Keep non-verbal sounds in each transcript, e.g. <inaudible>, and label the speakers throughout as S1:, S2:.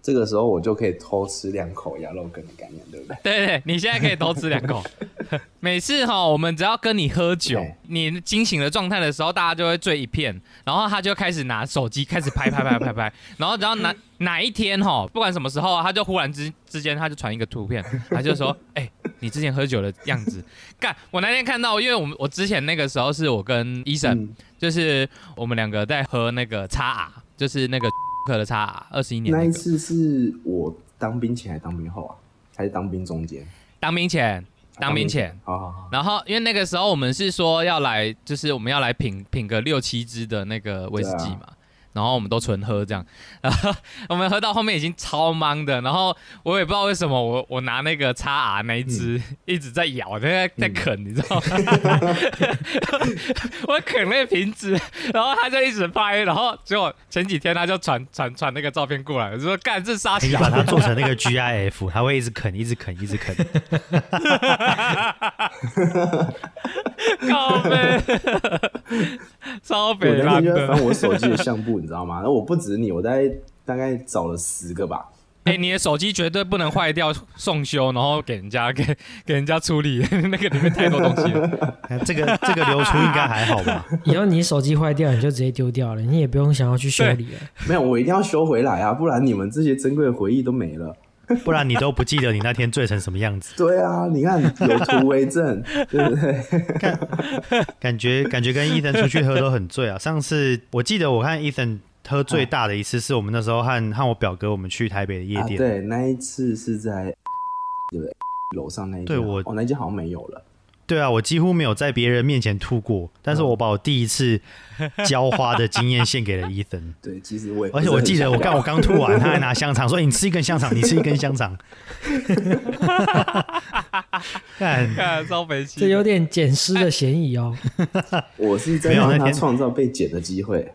S1: 这个时候我就可以偷吃两口鸭肉跟你干娘，对不对？
S2: <laughs> 对对，你现在可以多吃两
S1: <laughs>
S2: 口。每次哈，我们只要跟你喝酒
S1: 对，
S2: 你惊醒的状态的时候，大家就会醉一片，然后他就开始拿手机开始拍拍拍
S1: <laughs>
S2: 拍拍，然后然后哪哪一天哈，不管什么时候啊，他就忽然之之间他就传一个图片，他就说：“哎、你之前喝酒的样
S1: <laughs>
S2: 子。”干，我那天看到，因为我们我之前那个时候是我跟医生、
S1: 嗯
S2: 就是我们两个在喝那个叉 R，就是那个 <laughs> 克的叉 R，二十一年、那
S1: 那
S2: 个
S1: 一次是我当兵前还当兵后啊，还是当兵中间？
S2: 当兵前，当兵前。
S1: 好好好，
S2: 然后，因为那个时候我们是说要来，就是我们要来品品个六七支的那个威士忌嘛，然后我们都纯喝这样， <laughs> 然后我们喝到后面已经超忙的，然后我也不知道为什么我我拿那个叉 R 那一支、一直在咬，在在啃，你知道吗？ <laughs> 我啃那个瓶子，然后他就一直拍，然后结果前几天他就传传传那个照片过来，我就说干这傻
S3: 你
S2: 小
S3: <laughs> 把，它做成那个 GIF，它会一直啃，一直啃，一直啃。
S2: 靠背， <laughs> 超
S1: 我
S2: 北
S1: 那
S2: 蓝
S1: 天就在
S2: 的。
S1: 翻我手机的相簿，你知道吗？那我不止你，我大概大概找了十个吧。
S2: <laughs> 哎、你的手机绝对不能坏掉送修，然后给人家 <laughs> 给给人家处理， <laughs> 那个里面太多东西
S4: <laughs>
S2: 了。
S3: 这个这个流出应该还好吧？
S4: 以后你手机坏掉，你就直接丢掉了，你也不用想要去修理了。
S1: 没有，我一定要修回来啊，不然你们这些珍贵的回忆都没了。
S3: 不然你都不记得你那天醉成什么样子。
S1: 对啊，你看有图为证，对不对？
S3: 感觉感觉跟伊森出去喝都很醉啊。上次我记得我看伊森喝最大的一次，是我们那时候和和我表哥我们去台北的 <laughs> 夜
S1: 啊，
S3: 店。
S1: 对，那一次是在对不对？楼上那一
S3: 对
S1: 间啊
S3: 我
S1: 哦，那一间好像没有了。
S3: 对啊，我几乎没有在别人面前吐过，但是我把我第一次浇花的经验献给了伊
S1: <laughs>
S3: 森。
S1: 对，其实我也不
S3: 而
S1: 是
S3: 且我
S1: 很
S3: 记得
S1: 想
S3: 我刚
S1: 要
S3: 我刚吐完，他还拿香肠说：“你吃一根香肠，你吃一根香肠。
S1: <laughs>
S3: <laughs> 干”
S2: 看超北气
S4: 这有点捡尸的嫌疑哦。
S2: 哎
S1: 我是在
S3: 没有
S1: 让
S3: 那
S1: 他
S3: 天
S1: 创造被剪的机会。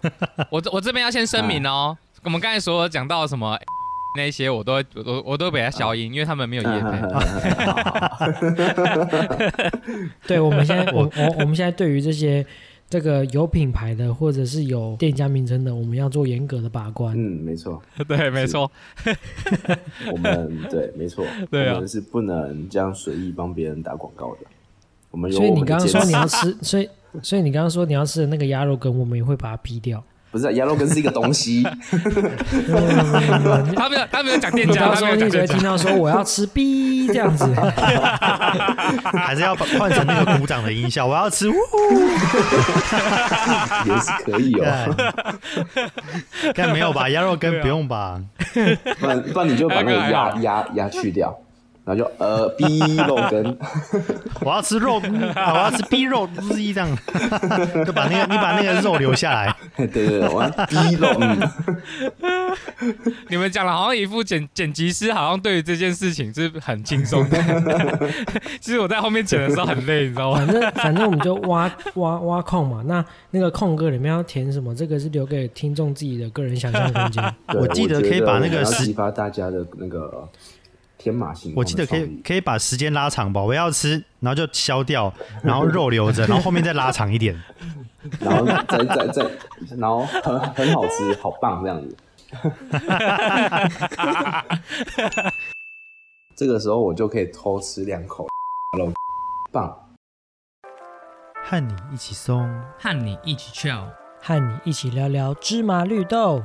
S2: 我这我这边要先声明哦，
S4: 啊
S2: 我们刚才所有讲到什么 <laughs> 那些，我都会我都我都给他消
S4: 啊
S2: 音，因为他们没有业配。
S1: <laughs>
S4: 对，我们现
S2: <laughs>
S4: 在我我我们现在对于这些这个有品牌的或者是有店家名称的，我们要做严格的把关。
S1: 嗯，没错，
S4: 啊
S2: <laughs> 对，没
S4: <laughs>
S2: 错，
S1: 我们对，没错，
S2: <laughs> 对啊
S1: 我们是不能这样随意帮别人打广告的。我们有
S4: 所以
S1: 我
S4: 你
S1: 们的
S4: 刚刚
S1: 坚
S4: 说你
S1: 持
S4: 要吃，所以所以你刚刚说你要吃的那个鸭肉羹，我们也会把它逼掉。
S1: 不是啊鸭肉羹是一个东
S3: <laughs>
S1: 西，
S2: 他没有他没有讲店
S4: 你
S2: 家，
S4: <laughs> 到
S2: 他
S4: 时
S2: 没
S4: 候
S2: 有
S4: 你
S2: 讲
S4: 只会
S2: 店家
S4: 听。到说我要吃逼这样
S2: <laughs>
S4: 子。
S3: <laughs> 还是要把换成那个鼓掌的音效，我要
S1: <laughs>
S3: 吃。呜
S1: 也是可以
S3: <laughs>
S1: 哦。
S3: 干，干没有吧？鸭肉羹不
S1: <laughs>
S3: 用吧？
S1: 不然不然你就把那个
S2: 还有个
S1: 鸭
S2: 还 <laughs> 有
S1: 鸭鸭去掉，然后就呃逼肉羹，
S3: 我要吃肉，啊我要吃逼肉，之一这样， <laughs> 就把那个你把那个肉留下来。
S1: 对对对，我要逼肉，嗯，
S2: 你们讲了，好像一副剪剪辑师好像对于这件事情是很轻松的。
S4: <laughs>
S2: 其实我在后面剪的时候很累，你知道吗？
S4: 反正反正我们就挖挖挖空嘛，那那个空格里面要填什么，这个是留给听众自己的个人想象空间。
S1: 对
S3: <laughs>
S1: 我
S3: 我记得
S1: 觉
S3: 可以把那
S1: 我
S3: 个
S1: 们要
S3: 时
S1: 激发大家的那个天马行空
S3: 我
S1: 的
S3: 记
S1: 创
S3: 得
S1: 意，
S3: 可以可以把时间拉长吧，我要吃，然后就消掉，然后肉
S1: <laughs>
S3: 留着，然后后面再拉长一点。
S1: 然后再再再，然后很很好吃，好棒这样子。 <laughs> 这个时候我就可以偷吃两口肉，棒！
S3: 和你一起松，
S2: 和你一起 chill，
S4: 和你一起聊聊芝麻绿豆，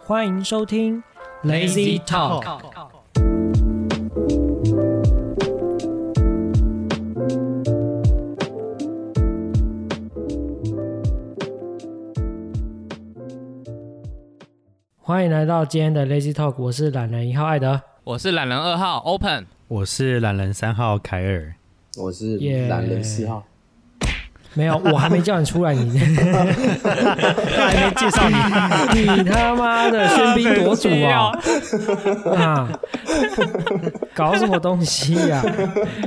S4: 欢迎收听 Lazy Talk。欢迎来到今天的 Lazy Talk，我是懒人一号艾德。
S2: 我是懒人二号 Open。
S3: 我是懒人三号凯尔。
S1: 我是
S4: Yeah
S1: 懒人四号，
S4: 没有，我还没叫你出来，你你 <laughs>
S3: 他还没介绍你，
S4: 你他妈的喧宾夺主啊！啊，搞什么东西呀、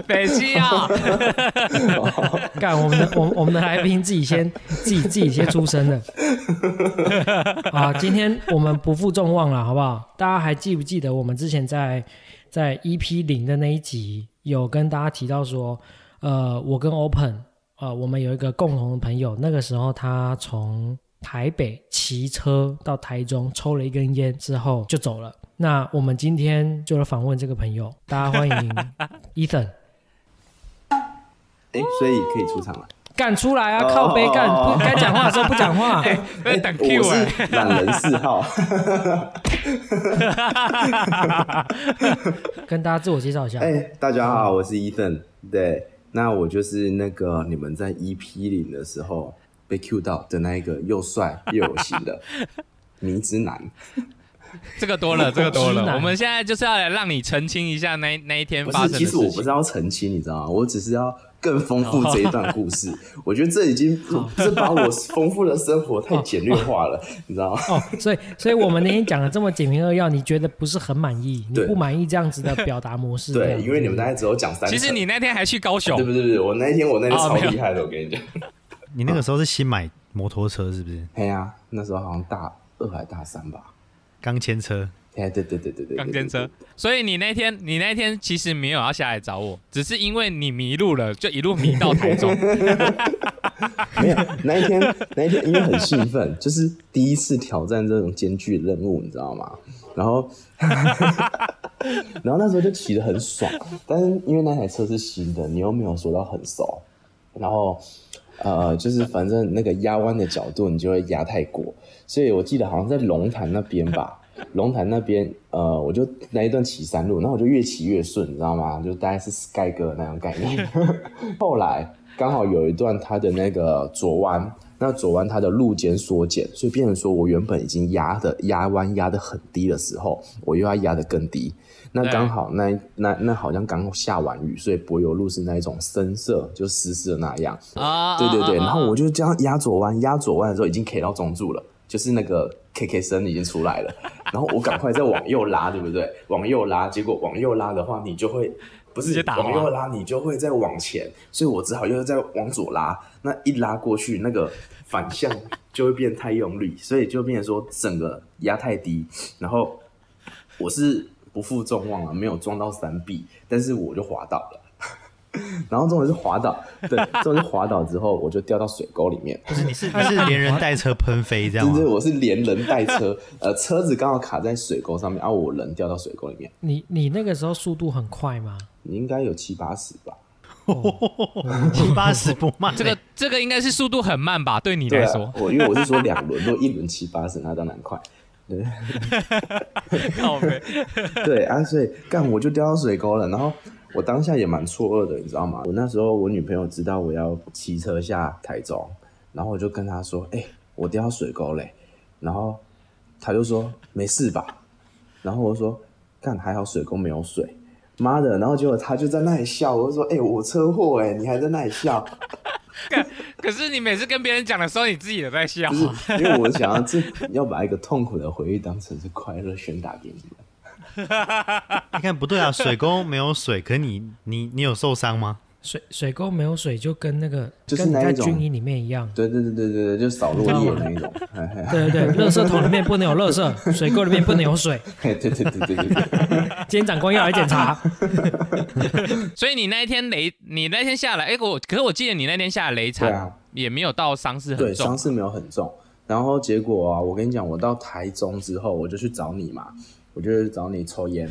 S2: 北西啊，
S4: 干我们的，我们我们的来宾自己先自己自己先出声的。啊，今天我们不负众望了，好不好？大家还记不记得我们之前在在 EP 零的那一集有跟大家提到说，呃，我跟 Open，呃，我们有一个共同的朋友，那个时候他从台北骑车到台中，抽了一根烟之后就走了。那我们今天就来访问这个朋友，大家欢迎 Ethan，
S1: 哎，所以可以出场了。
S4: 干出来啊，
S1: 哦
S4: 靠背干，
S1: 哦哦
S4: 不该讲话的时候不讲话。
S2: 在
S1: <laughs> 哎
S2: <laughs> 等 Q
S1: 我
S2: 哎、
S1: 是懒人四号，
S4: 跟大家自我介绍一下，
S1: 哎、大家好，我是伊森。对，那我就是那个你们在 EP 零的时候被 Q 到的那一个又帅又有型的迷之男。
S2: 这个多了，这个多
S4: 直男
S2: 了。我们现在就是要来让你澄清一下那那一天
S1: 不
S2: 发
S1: 是，
S2: 生的
S1: 其
S2: 事
S1: 实我
S2: 情。
S1: 不是要澄清，你知道吗？我只是要更丰富这一段故
S2: <laughs> 哦
S1: 事。我觉得这已经不这把我丰富的生活太简略化了，你知道吗？
S4: 哦，所以所以我们那天讲的这么简明扼要，你觉得不是很满意？你
S1: 对
S4: 不满意这样子的表达
S1: <laughs>
S4: 模式？这样
S1: 对，
S4: 子
S1: 因为你们大概只有讲三层。
S2: 哦其实你那天还去高雄
S1: 对，不对？对不对我那一天我那天
S2: 哦
S1: 超
S2: 没有
S1: 厉害的，我跟你讲。
S3: <laughs>
S1: <laughs>
S3: 你那个时候是新买摩托车是不是？
S1: 哎呀，那时候好像大二还大三吧？
S3: 刚签车，
S1: 哎，对对对对对，
S2: 刚
S1: 对
S2: 坚车，，所以你那天你那天其实没有要下来找我，只是因为你迷路了，就一路迷到
S1: <laughs>
S2: 台中。
S1: 没有，那一天，那一天因为很兴奋，就是第一次挑战这种艰巨的任务，你知道吗？然后， <laughs> 然后那时候就骑得很爽，但是因为那台车是新的，你又没有说到很熟，然后，呃，就是反正那个压弯的角度你就会压太过，所以我记得好像在龙潭那边吧。龙潭那边，呃，我就那一段骑山路，然后我就越骑越顺，你知道吗？就大概是 Sky 哥那种概念。 <laughs> 后来刚好有一段它的那个左弯，那左弯它的路肩缩减，所以变成说我原本已经压的压弯压的很低的时候，我又要压的更低。那刚好那那那好像刚下完雨，所以柏油路是那一种深色，就湿湿的那样。
S2: 啊，
S1: 对对对，
S2: 啊
S1: 然后我就这样压左弯，压左弯的时候已经 K 到中柱了，就是那个 K K 声已经出来了， <laughs> 然后我赶快再往右拉，对不对？往右拉，结果往右拉的话，你就会不
S2: 直接
S1: 是
S2: 打滑
S1: 往右拉，你就会再往前，所以我只好又再往左拉，那一拉过去，那个反向
S2: <laughs>
S1: 就会变太用力，所以就变成说整个压太低，然后我是不负众望啊了，没有撞到三 B，但是我就滑倒了。 <laughs> 然后重点是滑倒，对，重点是滑倒之后我就掉到水沟里面。
S3: 不是你是你是连人带车喷飞这样
S1: 对
S3: 吗
S1: 对，？我是连人带车，呃，车子刚好卡在水沟上面，啊，我人掉到水沟里面，
S4: 你你那个时候速度很快吗？
S1: 你应该有七八十吧？
S3: <laughs> 七八十不慢欸，
S2: 这个这个应该是速度很慢吧？对你
S1: 哎对
S2: 来
S1: 啊 <laughs>
S2: 说，，
S1: 我因为我是说两轮，如果一轮七八十，那当然快。
S2: 靠北
S1: 对啊，所以干我就掉到水沟了，然后我当下也蛮错愕的，你知道吗？我那时候我女朋友知道我要骑车下台中，然后我就跟她说：“哎、我掉到水沟嘞。”然后她就说：“没事吧？”然后我说：“干还好水沟没有水。”妈的！然后结果她就在那里笑，我就说：“哎、我车祸哎、你还在那里笑？”
S2: 可是你每次跟别人讲的时候，你自己也在笑
S1: 就。是因为我想要这 <laughs> 要把一个痛苦的回忆当成是快乐宣达给你们。
S3: 你看不对啊，水沟没有水，可你你你有受伤吗？
S4: 水水沟没有水，就跟那个
S1: 就是
S4: 跟你
S1: 那一
S4: 在
S1: 种
S4: 军营里面一样。
S1: 对对对对对对，就扫落叶那一种。 <laughs> 嘿嘿
S4: 对对
S1: <laughs>
S4: 对，垃圾桶里面不能有垃圾，水沟里面不能有水。
S1: 嘿对对对对对对。
S4: 今天长官要来
S1: <laughs>
S4: 检查，
S2: 所以你那一天雷，你那天下来，哎，我可是我记得你那天下来雷
S1: 对
S2: 惨
S1: 啊，
S2: 也没有到伤势
S1: 对，
S2: 很
S1: 伤
S2: 重。
S1: 势没有很重。然后结果啊，我跟你讲，我到台中之后，我就去找你嘛，我就去找你抽烟，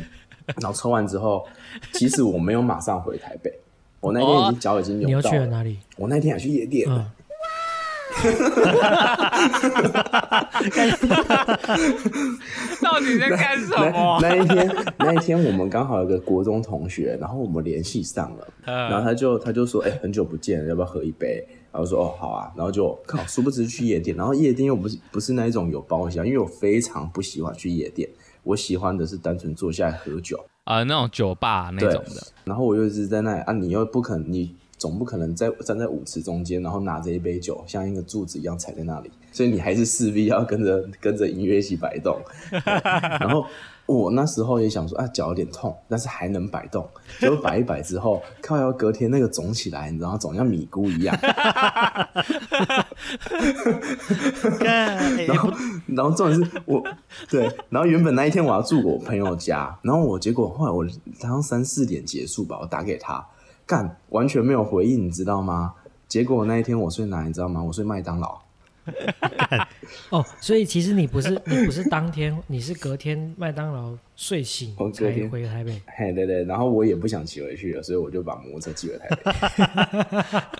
S1: 然后抽完之后，其实我没有马上回台北，我那天已经脚已经
S4: 哦你又
S1: 扭到
S4: 去了
S1: 了，
S4: 哪里？
S1: 我那天也去夜店了，
S4: 嗯，
S2: <laughs> 到底在干什
S1: <laughs> 那
S2: 么？
S1: 那一天，那一天我们刚好有个国中同学，然后我们联系上了，
S2: 嗯
S1: 然后他就他就说，哎、很久不见，要不要喝一杯？然后说哦好啊，然后就靠，殊不知去夜店，然后夜店又不是不是那一种有包厢，因为我非常不喜欢去夜店，我喜欢的是单纯坐下来喝酒，
S2: 呃，那种酒吧那
S1: 对
S2: 种的，
S1: 然后我又一直在那里啊，你又不肯，你总不可能在站在舞池中间，然后拿着一杯酒，像一个柱子一样踩在那里，所以你还是势必要跟着 <laughs> 跟着音乐一起摆动。然后我那时候也想说啊，脚有点痛，但是还能摆动。结果摆一摆之后，靠腰隔天那个肿起来，你知道，肿像米糊一样。
S3: 干哎
S1: 然后，然后重点是我，对，然后原本那一天我要住我朋友家，然后我结果后来我好像三四点结束吧，我打给他，干完全没有回应，你知道吗？结果那一天我睡哪，你知道吗？我睡麦当劳。
S4: 哦，所以其实你不是你不是当天，你是隔天麦当劳睡醒
S1: 我哦隔
S4: 才
S1: 天
S4: 回台北。
S1: 嘿，对对，然后我也不想骑回去了，所以我就把摩托车寄回台北。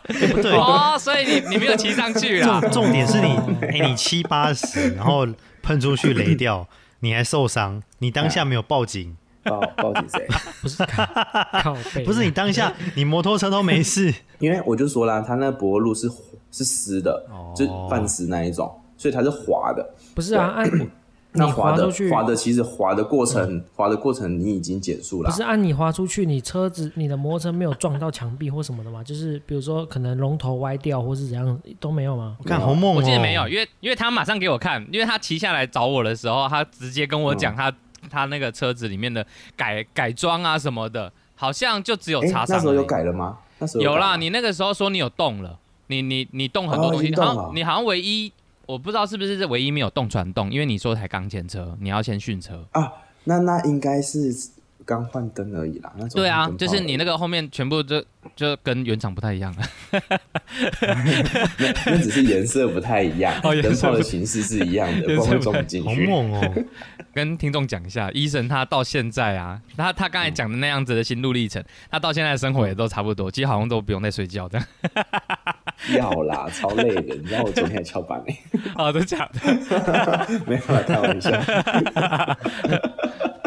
S3: 不对，
S2: 哦，所以你你没有骑上去啊
S1: 啊
S2: 啦。
S3: 重重点是你，哎、你七八十，然后喷出去雷掉，你还受伤，你当下没有报警，
S1: 报哦报警谁？
S4: 不是靠背，啊
S3: 不是你当下你摩托车都没 <laughs> 事，
S1: 因为我就说啦，它那柏油路是是湿的，就是半湿那一种，所以它是滑的。
S4: 不是啊，按
S1: 那
S4: 你
S1: 滑
S4: 滑
S1: 的
S4: 出去，
S1: 滑的其实滑的过
S2: 嗯
S1: 程，滑的过程你已经减速
S4: 不
S1: 啦。
S4: 是按你滑出去，你车子你的摩托车没有撞到墙壁或什么的吗？就是比如说可能龙头歪掉或是怎样都没有吗？
S3: 我看好梦、哦，
S2: 我记得没有，因为因为他马上给我看，因为他骑下来找我的时候，他直接跟我
S1: 嗯
S2: 讲他、他那个车子里面的改改装啊什么的，好像就只有
S1: 哎，
S2: 擦
S1: 那
S2: 伤而已。
S1: 时候有改了吗？那时候
S2: 有
S1: 改
S2: 啦，
S1: 吗
S2: 你那个时候说你有动了，你你你动很多
S1: 哦
S2: 东
S1: 已
S2: 西，
S1: 经动
S2: 好
S1: 了
S2: 像你好像唯一我不知道是不是唯一没有动传动，因为你说台刚前车，你要先训车。
S1: 啊，那那应该是刚换灯而已啦。那时候
S2: 对啊
S1: 换，灯
S2: 就
S1: 泡
S2: 是
S1: 而已
S2: 你那个后面全部就就跟原厂不太一样了。
S1: 那只是颜色不太一
S2: <laughs>
S1: 样，
S2: 哦颜
S1: 灯
S2: 色
S1: 泡
S2: 不
S1: 的形式是一样的，
S2: <laughs>
S1: 不
S2: 颜
S1: 然
S2: 色
S1: 会
S2: 不
S1: 装
S2: 太
S1: 不进
S3: 好
S1: 去。
S3: 梦哦， <laughs>
S2: 跟听众讲一下，医生他到现在啊，他他刚才讲的那样子的心路历程，他到现在的生活也都差不多，其实好像都不用再睡觉这样。
S1: 要啦，超累的。你知道我昨天还翘班呢、
S2: <laughs>
S1: <laughs>
S2: 哦，真假的？
S1: 没有啦，开
S2: <laughs>
S1: 玩笑。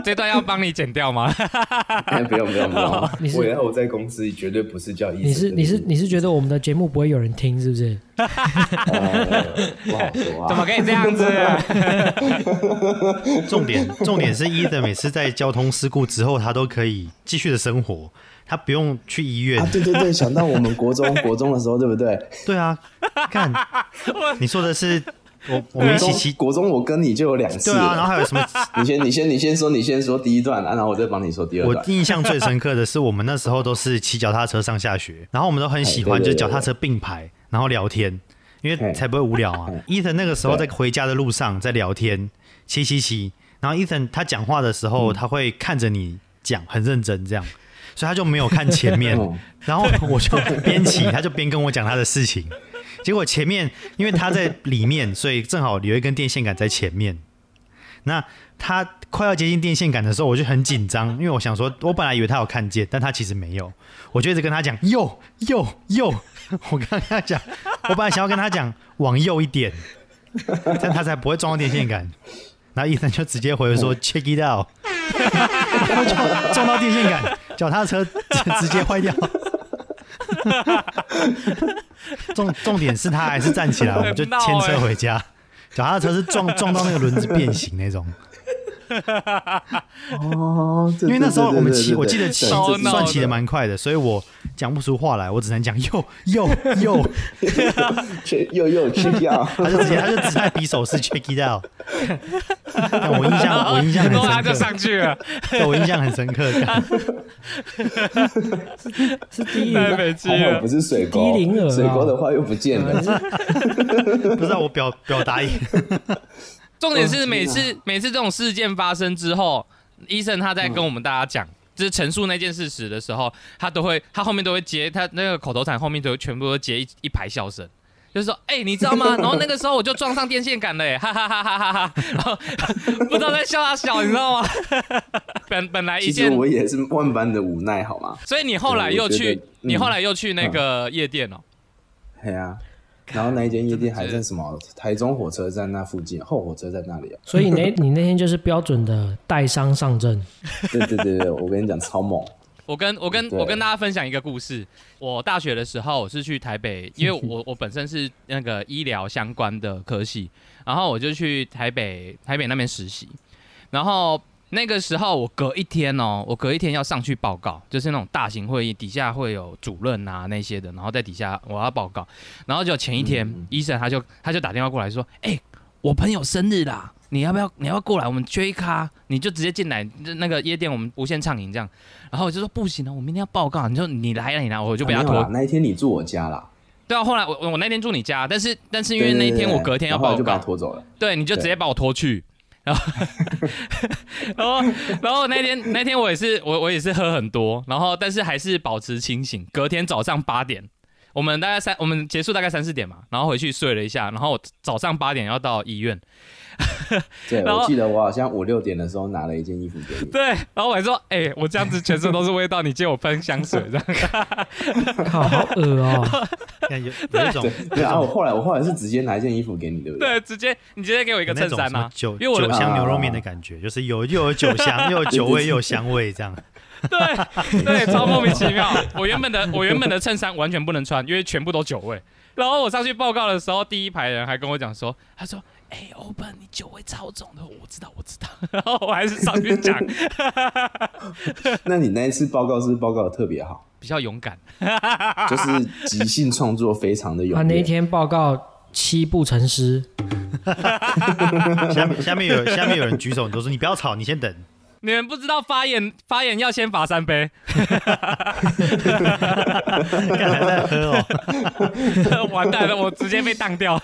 S2: 这段要帮你剪掉吗？
S1: 哎不用不用不
S2: 哦
S1: 用
S4: 你，是
S1: 我以后在公司绝对不是叫医生。
S4: 你是你是你是觉得我们的节目不会有人听是不是？
S1: 呃，不好
S2: <laughs>
S1: 说
S2: <laughs> 怎
S1: 啊。
S2: 么可以这样子？
S3: 重点重点是伊的每次在交通事故之后，他都可以继续的生活，他不用去医院，
S1: 啊，对对对，想到我们国中 <laughs> 国中的时候，对不对？
S3: 对啊，
S1: <laughs>
S3: 看，你说的是我我
S2: 哎
S3: 们一
S1: 国
S3: 起
S1: 中
S3: 骑，
S1: 国中我跟你就有两次
S3: 对啊，然后
S1: 了。
S3: 还
S1: <laughs>
S3: 有什么？
S1: 你先你先你先说你先说第一段啊，然后我再帮你说第二
S3: 我
S1: 段。
S3: 印象最深刻的是，我们那时候都是骑脚踏车上下学，然后我们都很喜
S1: 哎
S3: 欢
S1: 对
S3: 就
S1: 对
S3: 是脚踏车并排，然后聊天，因为
S1: 哎
S3: 才不会无聊啊。伊森那个时候在
S1: 对
S3: 回家的路上在聊天，骑骑骑，然后伊森他讲话的时候，
S1: 嗯
S3: 他会看着你讲，很认真这样。所以他就没有看前面
S1: 嗯，
S3: 然后我就边骑，他就边跟我讲他的事情。结果前面因为他在里面，所以正好有一根电线杆在前面。那他快要接近电线杆的时候，我就很紧张，因为我想说，我本来以为他有看见，但他其实没有。我就一直跟他讲右右右，我跟他讲，我本来想要跟他讲往右一点，这样他才不会撞到电线杆。然后医生就直接回
S1: 哦
S3: 说 check it out，然后就撞到电线杆，脚踏车直直接坏掉。重重点是他还是站起来，我们就
S1: 欸
S3: 牵车回家。脚踏车是
S1: <laughs>
S3: 撞撞到那个轮子变形那种，
S1: 哦，对
S3: 因为那时候我
S1: 对对对
S3: 们骑，
S1: 对对
S3: 我记得
S1: 对
S3: 骑
S1: 对
S2: 超闹
S3: 算
S2: 的
S3: 骑的蛮快的，所以我讲不出话来，我只能讲右
S1: <laughs>
S3: 右右，
S1: 去又又去
S2: <laughs>
S1: 掉。
S3: 他就直接他就只在比手势 check it
S1: <laughs>
S3: out。但我印象我
S2: <laughs>
S3: 印象
S2: 然后啊他就
S3: 很深
S2: 上去了，
S3: 刻，对我印象很深刻。干
S4: 是第
S2: <laughs>
S4: 一
S2: 太
S4: 名，
S2: 没趣
S1: 还好
S2: 了
S1: 哦不。是水沟，
S4: 低龄儿啊。
S1: 水沟的话又不见
S2: 嗯
S1: 了。
S3: 不知道我表表达
S2: <laughs>
S3: 也
S2: 重点是每次每次这种事件发生之后，医生他在跟我们大家讲。就是陈述那件事实的时候，他都会，他后面都会接，他那个口头禅后面都会全部都接一一排笑声，就是说，哎、你知道吗？然后那个时候我就撞上电线杆了，哎哈哈哈哈哈哈，然后不知道在笑他小，你知道吗？本本来一
S1: <laughs> 其
S2: 件
S1: 实，我也是万般的无奈，好吗？
S2: 所以你后来又
S1: 对我觉
S2: 去，
S1: 得
S2: 你后来又去那个夜店哦、
S1: 对啊。然后那一间夜店还
S2: 真
S1: 在
S2: 的
S1: 什么台中火车站那附近，后火车站那
S2: <laughs>
S1: 里、啊
S4: 所以那你那天就是标准的带伤上阵，
S1: 对对对对，我跟你讲超猛，
S2: 我跟我跟
S1: 对
S2: 我跟大家分享一个故事。我大学的时候，我是去台北，因为我我本身是那个医疗相关的科系，然后我就去台北台北那边实习。然后那个时候，我隔一天哦，我隔一天要上去报告，就是那种大型会议，底下会有主任啊那些的，然后在底下我要报告。然后就前一天，
S1: 嗯
S2: 医生他就他就打电话过来说：“哎、我朋友生日啦，你要不要？你要不要过来？我们缺一咖，你就直接进来就那个夜店，我们无限畅饮这样。然后我就说不行啊，我明天要报告。你说你来啊，你来，我 <laughs> 就被他
S1: 啊没有啦
S2: 拖。
S1: 那一天你住我家啦，
S2: 对啊，后来我我我那天住你家，但是但是因
S1: 对
S2: 为
S1: 对
S2: 那一
S1: 对
S2: 天
S1: 对
S2: 我隔天要
S1: 然后
S2: 报
S1: 我就把
S2: 告
S1: 他，拖走了。
S2: 对，你就直接把我拖去。然后， <laughs> 然后，然后那天那天我也是我我也是喝很多，然后但是还是保持清醒。隔天早上八点，我们大概三，我们结束大概三四点嘛，然后回去睡了一下，然后我早上八点要到医院，
S1: 对，
S2: 然后
S1: 我记得我好像五六点的时候拿了一件衣服给
S2: <laughs>
S1: 你，
S2: 对，然后我还说，哎、我这样子全身都是味道，你借我喷香水
S3: <laughs>
S2: 这样，
S4: 靠，好恶 <laughs> 哦！
S3: 看有有一种
S1: 对，对啊，我后来我后来是直接拿一件衣服给你，对不对？
S2: 对，直接你直接给我一
S3: 有
S2: 个
S3: 哎那
S2: 衬
S3: 种什
S2: 衫
S3: 么
S2: 嘛，
S3: 酒
S2: 因为我
S3: 酒
S2: 的
S3: 香牛肉面的感觉，就是有又有酒
S2: <laughs>
S3: 香，又有酒味，又有香味这样。
S2: 对 <laughs> 对超莫名其妙，我原本的我原本的衬衫完全不能穿，因为全部都酒味。然后我上去报告的时候，第一排人还跟我讲说，他说。哎、欧本，你酒味超重的，我知道，我知道。然后我还是上去讲，
S1: 那你那一次报告是不是报告的特别好，
S2: 比较勇敢。
S4: <laughs>
S1: 就是即兴创作非常的
S4: 啊，
S1: 踊
S4: 那一
S1: 跃。
S4: 天报告七不成诗，
S3: 下面下面
S2: <laughs>
S3: 有下面有人举手，你都说你不要吵，你先等。
S2: 你们不知道发言发言要先罚三杯， <laughs>
S3: 看还在喝哦，
S2: 完蛋了，我直接被当掉。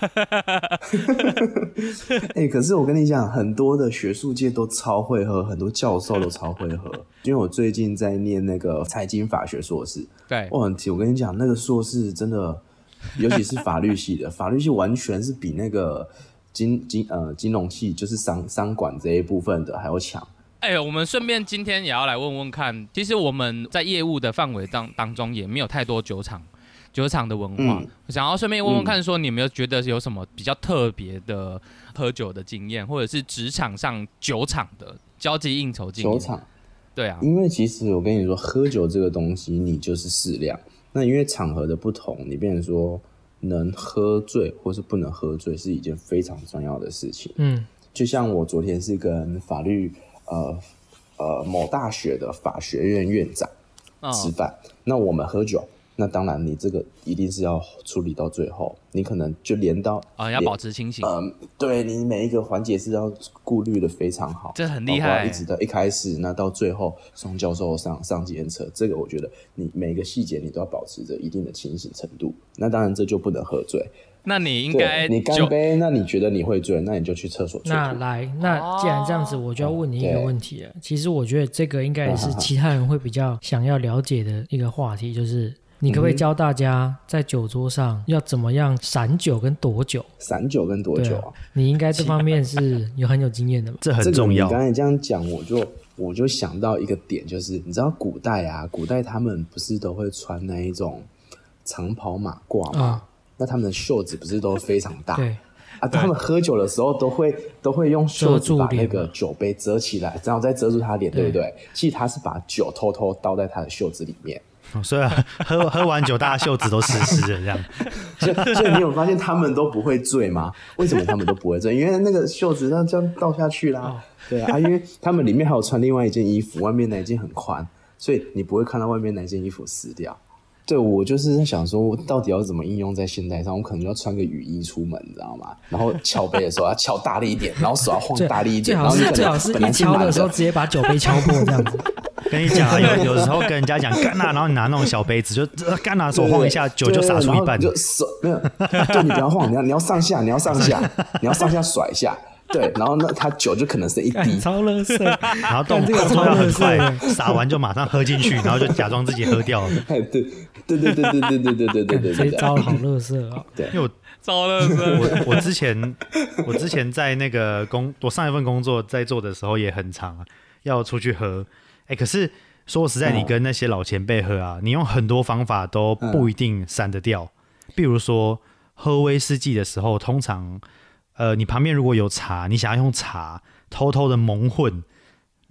S1: 哎、可是我跟你讲，很多的学术界都超会喝，很多教授都超会
S4: <laughs>
S1: 喝。因为我最近在念那个财经法学硕士，
S2: 对，
S1: 哇，我跟你讲，那个硕士真的，尤其是法律系的，
S4: <laughs>
S1: 法律系完全是比那个金金呃金融系，就是商商管这一部分的还要强。
S2: 哎、我们顺便今天也要来问问看，其实我们在业务的范围当当中也没有太多酒厂酒厂的文化，
S1: 嗯
S2: 想要顺便问问看，说你有没有觉得有什么比较特别的喝酒的经验，或者是职场上酒厂的交际应酬经验？
S1: 酒厂，
S2: 对啊，
S1: 因为其实我跟你说，喝酒这个东西，你就是适量。那因为场合的不同，你变成说能喝醉或是不能喝醉是一件非常重要的事情。
S4: 嗯，
S1: 就像我昨天是跟法律呃呃某大学的法学院院长
S2: 嗯
S1: 吃饭，那我们喝酒，那当然你这个一定是要处理到最后，你可能就连到
S2: 啊、要保持清醒，
S1: 嗯，对你每一个环节是要顾虑的非常好，
S2: 这很厉害
S1: 包括一直到一开始，那到最后宋教授上上计程车，这个我觉得你每个细节你都要保持着一定的清醒程度。那当然这就不能喝醉，
S2: 那你应该
S1: 对你干
S2: 酒 <laughs>
S1: 杯，那你觉得你会醉，那你就去厕所去吐。
S4: 那来，那既然这样子，我就要问你一个
S1: 对
S4: 问题了。其实我觉得这个应该也
S1: <laughs>
S4: 是其他人会比较想要了解的一个话题，就是你
S1: 嗯
S4: 可不可以教大家在酒桌上要怎么样散酒跟躲酒？
S1: 散酒跟多
S4: 对
S1: 久
S4: 啊
S1: 啊？，
S4: 你应该这方面是有很有经
S1: <laughs>
S4: 验的嘛？
S3: 这
S1: 这
S3: 很
S1: 个
S3: 重要
S1: 你。刚才这样讲，我就我就想到一个点，就是你知道古代啊，古代他们不是都会穿那一种长袍马褂吗？
S4: 啊
S1: 那他们的袖子不是都非常大？
S4: 对，
S1: 啊，他们喝酒的时候都会都会用袖子把
S4: 遮住
S1: 那
S4: 脸
S1: 个
S4: 嘛
S1: 酒杯遮起来，然后再遮住他脸，对不对？其实他是把酒偷偷倒在他的袖子里面。
S3: 哦所以啊喝喝完酒，大家袖子都湿湿的这样。
S1: 所以，所以你有发现他们都不会醉吗？为什么他们都不会醉？因为那个袖子那这样倒下去啦。对啊，啊因为他们里面还有穿另外一件衣服，外面那一件很宽，所以你不会看到外面那件衣服撕掉。对，我就是在想说，我到底要怎么应用在现代上？我可能要穿个雨衣出门，你知道吗？然后敲杯的时候要敲大力一点，然后手要晃
S4: 最
S1: 大力一
S4: 最
S1: 点，然
S4: 好
S1: 后你
S4: 是
S1: 可
S4: 最好
S1: 能
S4: 是
S1: 本
S4: 一
S1: 来
S4: 敲
S1: 满
S4: 的时候
S1: 的
S4: 直，接把酒杯敲破这
S1: <laughs>
S4: 样子。
S3: 跟你讲啊，有有时候跟人家讲干啊呐，然后你拿那种小杯子，就呃干呐手晃一下，
S1: 对
S3: 酒就洒出一半
S1: 对。对然后你就手没有，对你不要晃，你要你要上下，你要上下，你要上下甩一下。对，然后那他酒就可能剩一滴，
S4: 超乐色，
S3: 然后动
S4: 干这个
S3: 动作要很
S4: 超
S3: 快
S4: 恶，
S3: 洒完就马上喝进去，然后就假装自己喝掉了。
S1: 哎，对对对对对对对对对 <laughs> 对对
S4: 这一
S1: 对
S4: 招
S1: 对，
S4: 好乐色啊！
S3: 因为我
S2: 糟了，
S1: <laughs>
S2: 是吧
S3: 我我之前我之前在那个工，我上一份工作在做的时候也很长啊，要出去喝。哎，可是说实
S4: 嗯
S3: 在，你跟那些老前辈喝啊，你用很多方法都不一定散得掉。比如说喝威士忌的时候，通常呃，你旁边如果有茶，你想要用茶偷偷的蒙混，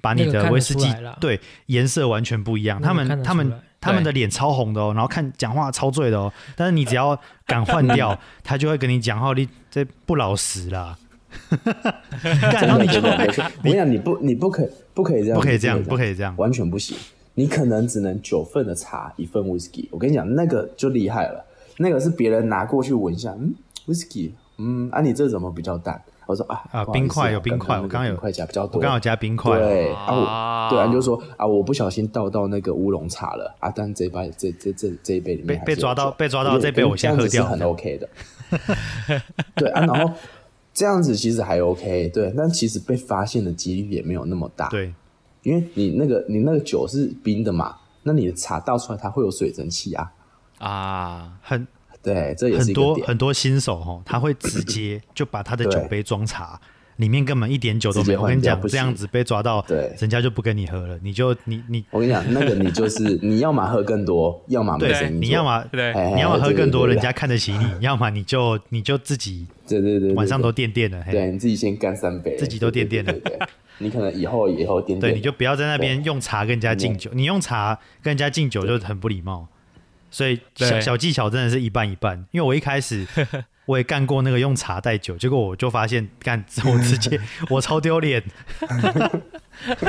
S3: 把你
S4: 那个
S3: 的
S4: 看得
S3: 威士忌
S4: 出来啦
S3: 对颜色完全不一样。
S4: 那个
S3: 他们
S4: 看得
S3: 他
S4: 出
S3: 们
S4: 来
S3: 他们的脸超红的哦，然后看讲话超醉的哦，但是你只要敢换掉，他就会跟你讲哦，你这不老实啦。
S1: <laughs>
S3: 干然后你就
S1: 真的真的我跟你讲，你不你不可以不可以这样，
S3: 不可以这样
S1: 你
S3: 不可以这样
S1: 完全不行。你可能只能九份的茶，一份 whisky。我跟你讲，那个就厉害了，那个是别人拿过去闻一下，嗯，whisky，嗯，啊，你这怎么比较淡？我说啊
S3: 啊
S1: 不好意思
S3: 冰块有
S1: 我刚
S3: 冰块
S1: 刚
S3: 我刚刚有
S1: 冰块加比较多，
S3: 我刚好加冰块
S1: 对
S2: 啊
S1: 啊，我对啊，你就说啊，我不小心倒到那个乌龙茶了啊，但这一杯这这这这一杯里面
S3: 被
S1: 还是
S3: 被
S1: 有
S3: 抓到
S1: 酒
S3: 被抓到
S1: 我觉
S3: 这
S1: 得
S3: 杯我先喝
S1: 这样
S3: 掉
S1: 子是很 OK 的。 <laughs> 对啊，然后这样子其实还 OK，对，但其实被发现的几率也没有那么大，，
S3: 对，
S1: 因为你那个你那个酒是冰的嘛，那你的茶倒出来它会有水蒸气啊，
S2: 啊，
S3: 很
S1: 对，这也是
S3: 很
S1: 一个
S3: 多
S1: 点，
S3: 很多新手哦，他会直接就把他的酒
S1: 对
S3: 杯装茶，里面根本一点酒都没
S1: 直接
S3: 有。我
S1: 换
S3: 跟你
S1: 掉
S3: 讲，
S1: 不行
S3: 这样子被抓到，
S1: 对
S3: 人家就不跟你喝了，你就你你
S1: 我跟你讲，那个你就是
S3: <laughs>
S1: 你要么喝更多，要么没
S3: 对，
S1: 生意做。
S3: 你要么
S2: 对
S1: 哎
S3: 你要么喝更多，
S1: 对对对
S3: 人家看得起你；要么你就你就自己
S1: 对对对对，
S3: 晚上都垫垫了，嘿
S1: 对你自己先干三杯，
S3: 自己都垫垫了
S1: 对对对对你可能以后以后垫
S3: 对，
S1: 垫，
S3: 你就不要在那边用茶跟人家敬酒，你用茶跟人家敬酒就很不礼貌。所以小
S2: 对
S3: 小技巧真的是一半一半，因为我一开
S4: <laughs>
S3: 始我也干过那个用茶带酒，结果我就发现干， <laughs> 我直
S4: <laughs>
S3: 接我超丢脸，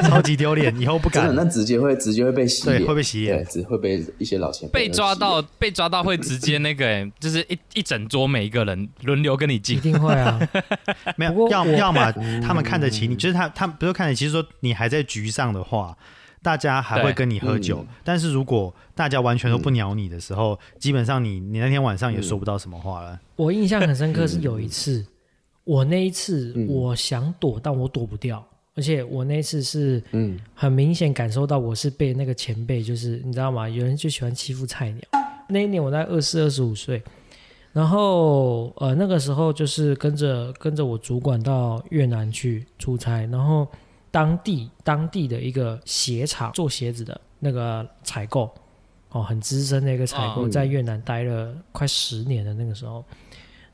S3: 超级丢脸，以后不
S1: 真的
S3: 敢。
S1: 那直接会直接会被洗
S3: 对
S1: 脸，
S3: 会被洗
S1: 对，
S3: 脸
S1: 只会被一些老前辈
S2: 被抓
S1: 洗
S2: 到被抓到会直接那个、 <laughs> 欸，就是一一整桌每一个人轮流跟你
S4: 一
S2: 敬，
S4: 定会啊。
S3: 没有，
S4: 不过
S3: 要
S4: 我
S3: 要么
S1: 嗯
S3: 他们看得起你，就是他他们不是看得起，就是说你还在局上的话，大家还会
S2: 对
S3: 跟你喝
S1: 嗯
S3: 酒。但是如果大家完全都不鸟你的时候，基本上你你那天晚上
S1: 嗯
S3: 也说不到什么话了。
S4: 我印象很深刻是有一次，我那一次我想躲，但我躲不掉，而且我那一次是
S1: 脸，嗯，
S4: 很明显感受到我是被那个前辈，就是你知道吗？有人就喜欢欺负菜鸟。那一年我在二四、二十五岁，然后呃那个时候就是跟着呃跟着我主管到越南去出差，然后当地当地的一个鞋厂做鞋子的那个采购，哦，很资深的一个采购，
S1: 嗯
S4: 在越南待了快十年的那个时候，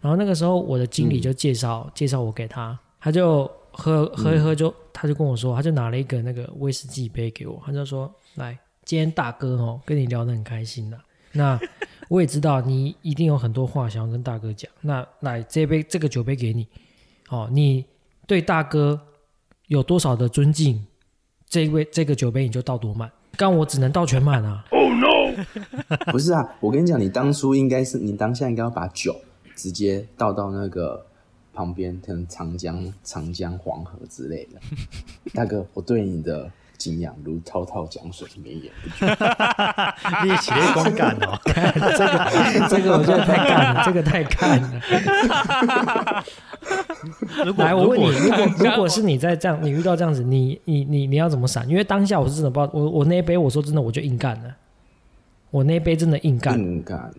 S4: 然后那个时候我的经理就介绍、介绍我给他，他就喝喝一喝就、他就跟我说，他就拿了一个那个威士忌杯给我，他就说来，今天大哥哦跟你聊得很开心的、那我也知道你一定有很多话想要跟大哥讲，那来这杯这个酒杯给你，哦，你对大哥有多少的尊敬，这一杯这个酒杯你就倒多满，但我只能倒全满啊。
S1: <laughs> 不是啊，我跟你讲，你当初应该是你当下应该要把酒直接倒到那个旁边，可能长江、长江、黄河之类
S2: <laughs>
S1: 的。大哥，我对你的敬仰如滔滔江水绵延不
S3: <laughs> 你也起了光感哦，
S4: 这个我觉得太干了，这个太干了。
S3: <laughs> 如果
S4: 来，我问你，
S3: 如果
S4: 如果如果是你在这样，你遇到这样子，你你你你要怎么闪？因为当下我是真的不知道，我我那一杯，我说真的，我就硬干了，我那一杯真的硬干，
S1: 硬干。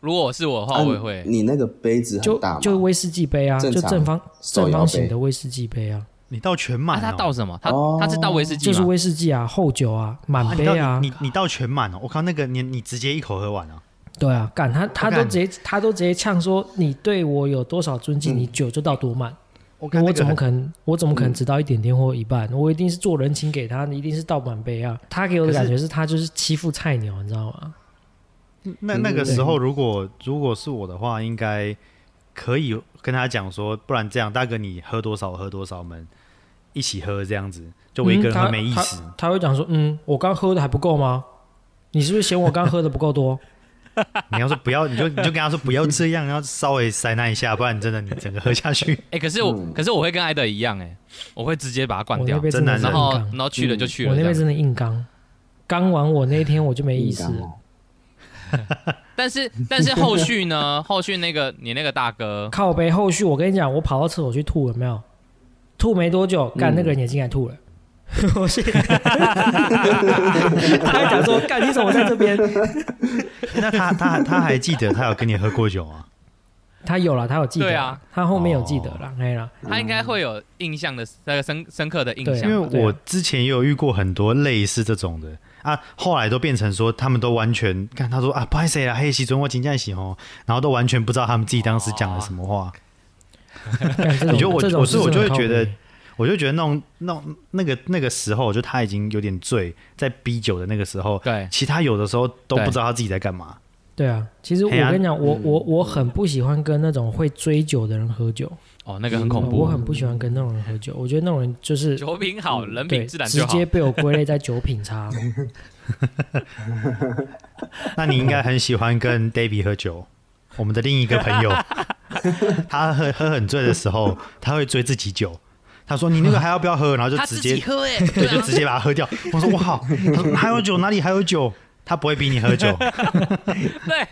S2: 如果我是我的话，
S1: 啊
S2: 我也会。
S1: 你那个杯子
S4: 就
S1: 很大吗？
S4: 就威士忌杯啊，
S1: 正
S4: 就
S1: 常
S4: 正方
S1: 手摇
S4: 正
S1: 杯
S4: 方形的威士忌杯啊，
S3: 你到全满、
S2: 啊，
S3: 哦，
S2: 他倒什么？他
S1: 哦
S2: 他是倒威士忌
S4: 就
S2: 吗？
S4: 是威士忌啊，厚酒啊，满
S3: 哦你
S4: 杯
S3: 到
S4: 啊
S3: 你，你你倒全满哦！我靠，那个你你直接一口喝完啊！
S4: 对啊，干他他
S3: 我
S4: 都
S3: 干
S4: 直接他都直接呛说，你对我有多少尊敬，你酒就倒多满。
S3: 我看
S4: 我
S3: 嗯那个
S4: 怎么
S3: 很嗯
S4: 可能？我怎么可能只到一点点或一半？我一定是做人情给他，一定是倒满杯啊！他给我的
S3: 可是
S4: 感觉是他就是欺负菜鸟，你知道吗？
S3: 那那个时候，如果如果是我的话，应该可以跟他讲说，不然这样，大哥你喝多少我喝多少，我们一起喝这样子，就我一个人
S4: 嗯
S3: 喝
S4: 他
S3: 没意思。
S4: 他会讲说：“嗯，我刚喝的还不够吗？你是不是嫌我刚喝的不够多？
S3: 你要说不要，你就你就跟他说不要这样，要稍微塞那一下，不然真的你整个喝下去
S2: 哎、可是我、可是我会跟艾德一样、欸，哎，我会直接把它灌
S4: 我那
S2: 掉，
S4: 边
S3: 真
S4: 的
S3: 男
S4: 是
S3: 人
S2: 然
S4: 硬
S2: 后
S4: 刚，
S2: 然后去了就去
S4: 我
S2: 了
S4: 那
S2: 这
S4: 边
S2: 样。
S4: 真的硬刚。刚完我那一天我就没意思
S1: 硬干
S4: 了，
S1: 哦
S2: 但是但是后续呢？后续那个你那个大哥，
S4: 靠背后续我跟你讲，我跑到厕所去吐了没有？吐没多久，干
S1: 嗯
S4: 那个人也进来
S2: <laughs>
S4: 吐了。我是，他还讲说：“干你怎么在这边？”
S3: <laughs> 那他他他还记得他有跟你喝过酒吗？
S4: 他有了，他有记得，
S2: 对啊，哦
S4: 他后面有记得了，哎啦，
S2: 他应该会有印象的，那个深深刻的印
S4: 对啊
S2: 象
S3: 因为
S2: 吧。
S3: 我之前也有遇过很多类似这种的啊，后来都变成说他们都完全看他说啊，不好意思啦，黑喜尊我请假洗哦，然后都完全不知道他们自己当时讲了什么话。
S4: 干这种
S3: 你觉得我
S4: 这种
S3: 我是我
S4: 事
S3: 就
S4: 情
S3: 会
S4: 很
S3: 觉得
S4: 靠北，
S3: 我就觉得那种那种那个那个时候，就他已经有点醉，在逼酒的那个时候，
S2: 对
S3: 其他有的时候都
S2: 对
S3: 不知道他自己在干嘛。
S4: 对啊，其实我
S3: 嘿啊
S4: 跟你讲，我我我很不喜欢跟那种会追酒的人喝酒，
S2: 哦，那个很恐
S4: 我
S2: 怖。
S4: 很不喜欢跟那种人喝酒，我觉得那种人就是
S2: 酒品好，人
S4: 对
S2: 品质量
S4: 直
S2: 就好
S4: 接。被我归类在酒品差， <laughs>
S3: 那你应该很喜欢跟 Davy 喝酒，我们的另一个朋
S2: <laughs>
S3: 友，他喝喝很醉的时候，他会追自己酒。他说：“你那个还要不要喝？”然后就
S2: 他
S3: 直
S2: 自
S3: 接
S2: 己喝哎、 <laughs>
S3: 对，就直接把它喝掉。我说：“哇，还有酒，哪里还有酒？”他不会逼你喝酒，
S4: <laughs>
S2: 对，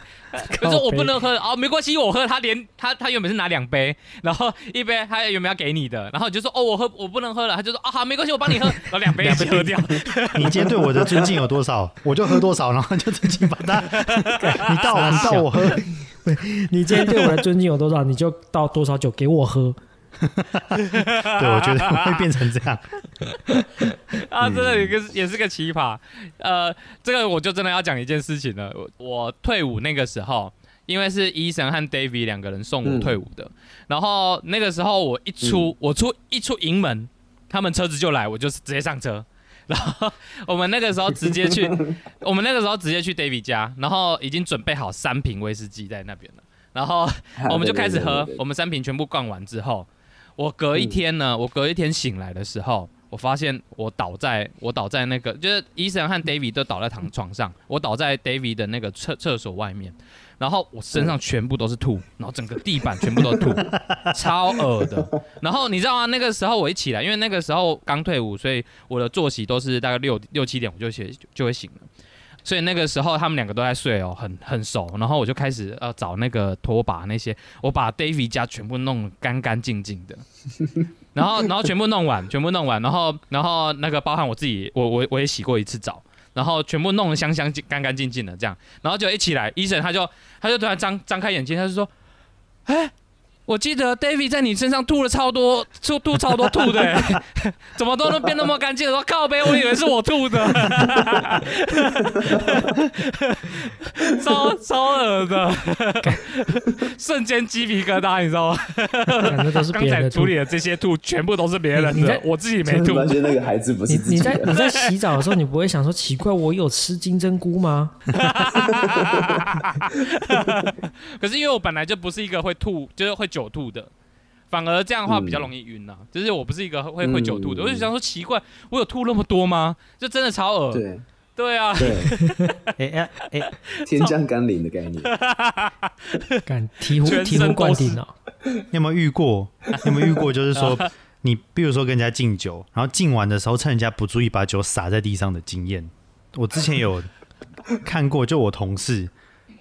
S2: 我说我不能喝哦，没关系，我喝。他连他他原本是拿两杯，然后一杯他原本要给你的，然后你就说哦，我喝我不能喝了，他就说啊、好，没关系，我
S4: <laughs>
S2: 帮你喝，然后两杯一起喝掉。
S3: 你今天对我的尊敬有多少，我就喝多少，然后就自己把
S2: <laughs>
S3: 它，你倒你倒我喝，
S4: 你今天对我的尊敬有多少，你就倒多少酒给我喝。 <laughs>
S3: 对我觉得会变成这样。
S2: <laughs> 啊，真的一个也是个奇葩。呃，这个我就真的要讲一件事情了。我我退伍那个时候，因为是医生和 David 两个人送我
S1: 嗯
S2: 退伍的，然后那个时候我一出、我出一出营门，他们车子就来，我就是直接上车。然后我们那个时候直接
S1: <laughs>
S2: 去，我们那个时候直接去 David 家，然后已经准备好三瓶威士忌在那边了，然后我们就开始喝
S1: 啊对对对对，
S2: 我们三瓶全部灌完之后，我隔一天呢，
S1: 嗯
S2: 我隔一天醒来的时候，我发现我倒在我倒在那个，就是医生和 David 都倒在躺床上，我倒在 David 的那个厕厕所外面，然后我身上全部都是吐，然后整个地板全部都是
S1: <laughs>
S2: 吐，超恶的。然后你知道吗？那个时候我一起来，因为那个时候刚退伍，所以我的作息都是大概六六七点我就起就会醒了。所以那个时候他们两个都在睡哦，很很熟。然后我就开始呃找那个拖把那些，我把 David 家全部弄干干净净的， <laughs> 然后然后全部弄完，全部弄完，然后然后那个包含我自己，我我我也洗过一次澡，然后全部弄得香香净干干净净的这样，然后就一起来，医生他就他就突然张张开眼睛，他就说，哎、我记得 David 在你身上吐了超多，吐吐超多吐的、欸，怎么都能变那么干净？ <laughs> 我说靠背，我以为是我吐的， <laughs> 超超恶的，瞬间鸡皮疙瘩，你知道吗？
S4: 感觉都是
S2: 刚
S4: 别人
S2: 才
S4: 的
S2: 处
S4: 吐。
S2: 理的这些吐，全部都是别人
S4: 你你
S2: 的
S4: 在，
S2: 我自己没
S1: 真的
S2: 吐
S1: 发。现那个孩子不是
S4: 你
S1: 自
S4: 你
S1: 己
S4: 在你
S1: 的，
S4: 在洗澡的时候，你不会想说奇怪，我有吃金针菇吗？
S2: <laughs> 可是因为我本来就不是一个会吐，就是会久吐的，反而这样的话
S1: 嗯
S2: 比较容易晕呐、就是我不是一个会
S1: 嗯
S2: 会久吐的，我就想说奇怪，我有吐那么多吗？就真的超恶。
S1: 对
S2: 对啊，
S1: 对，
S3: <laughs> 哎哎哎，
S1: 天降甘霖的概念，
S4: 敢醍醐
S2: 全
S4: 醍
S2: 身
S4: 醐灌
S2: 都是
S4: 顶啊！
S3: 你有没有遇过？你有没有遇过？就是说，你比如说跟人家敬酒，然后敬完的时候趁人家不注意把酒洒在地上的经验，我之前有看过，就我同事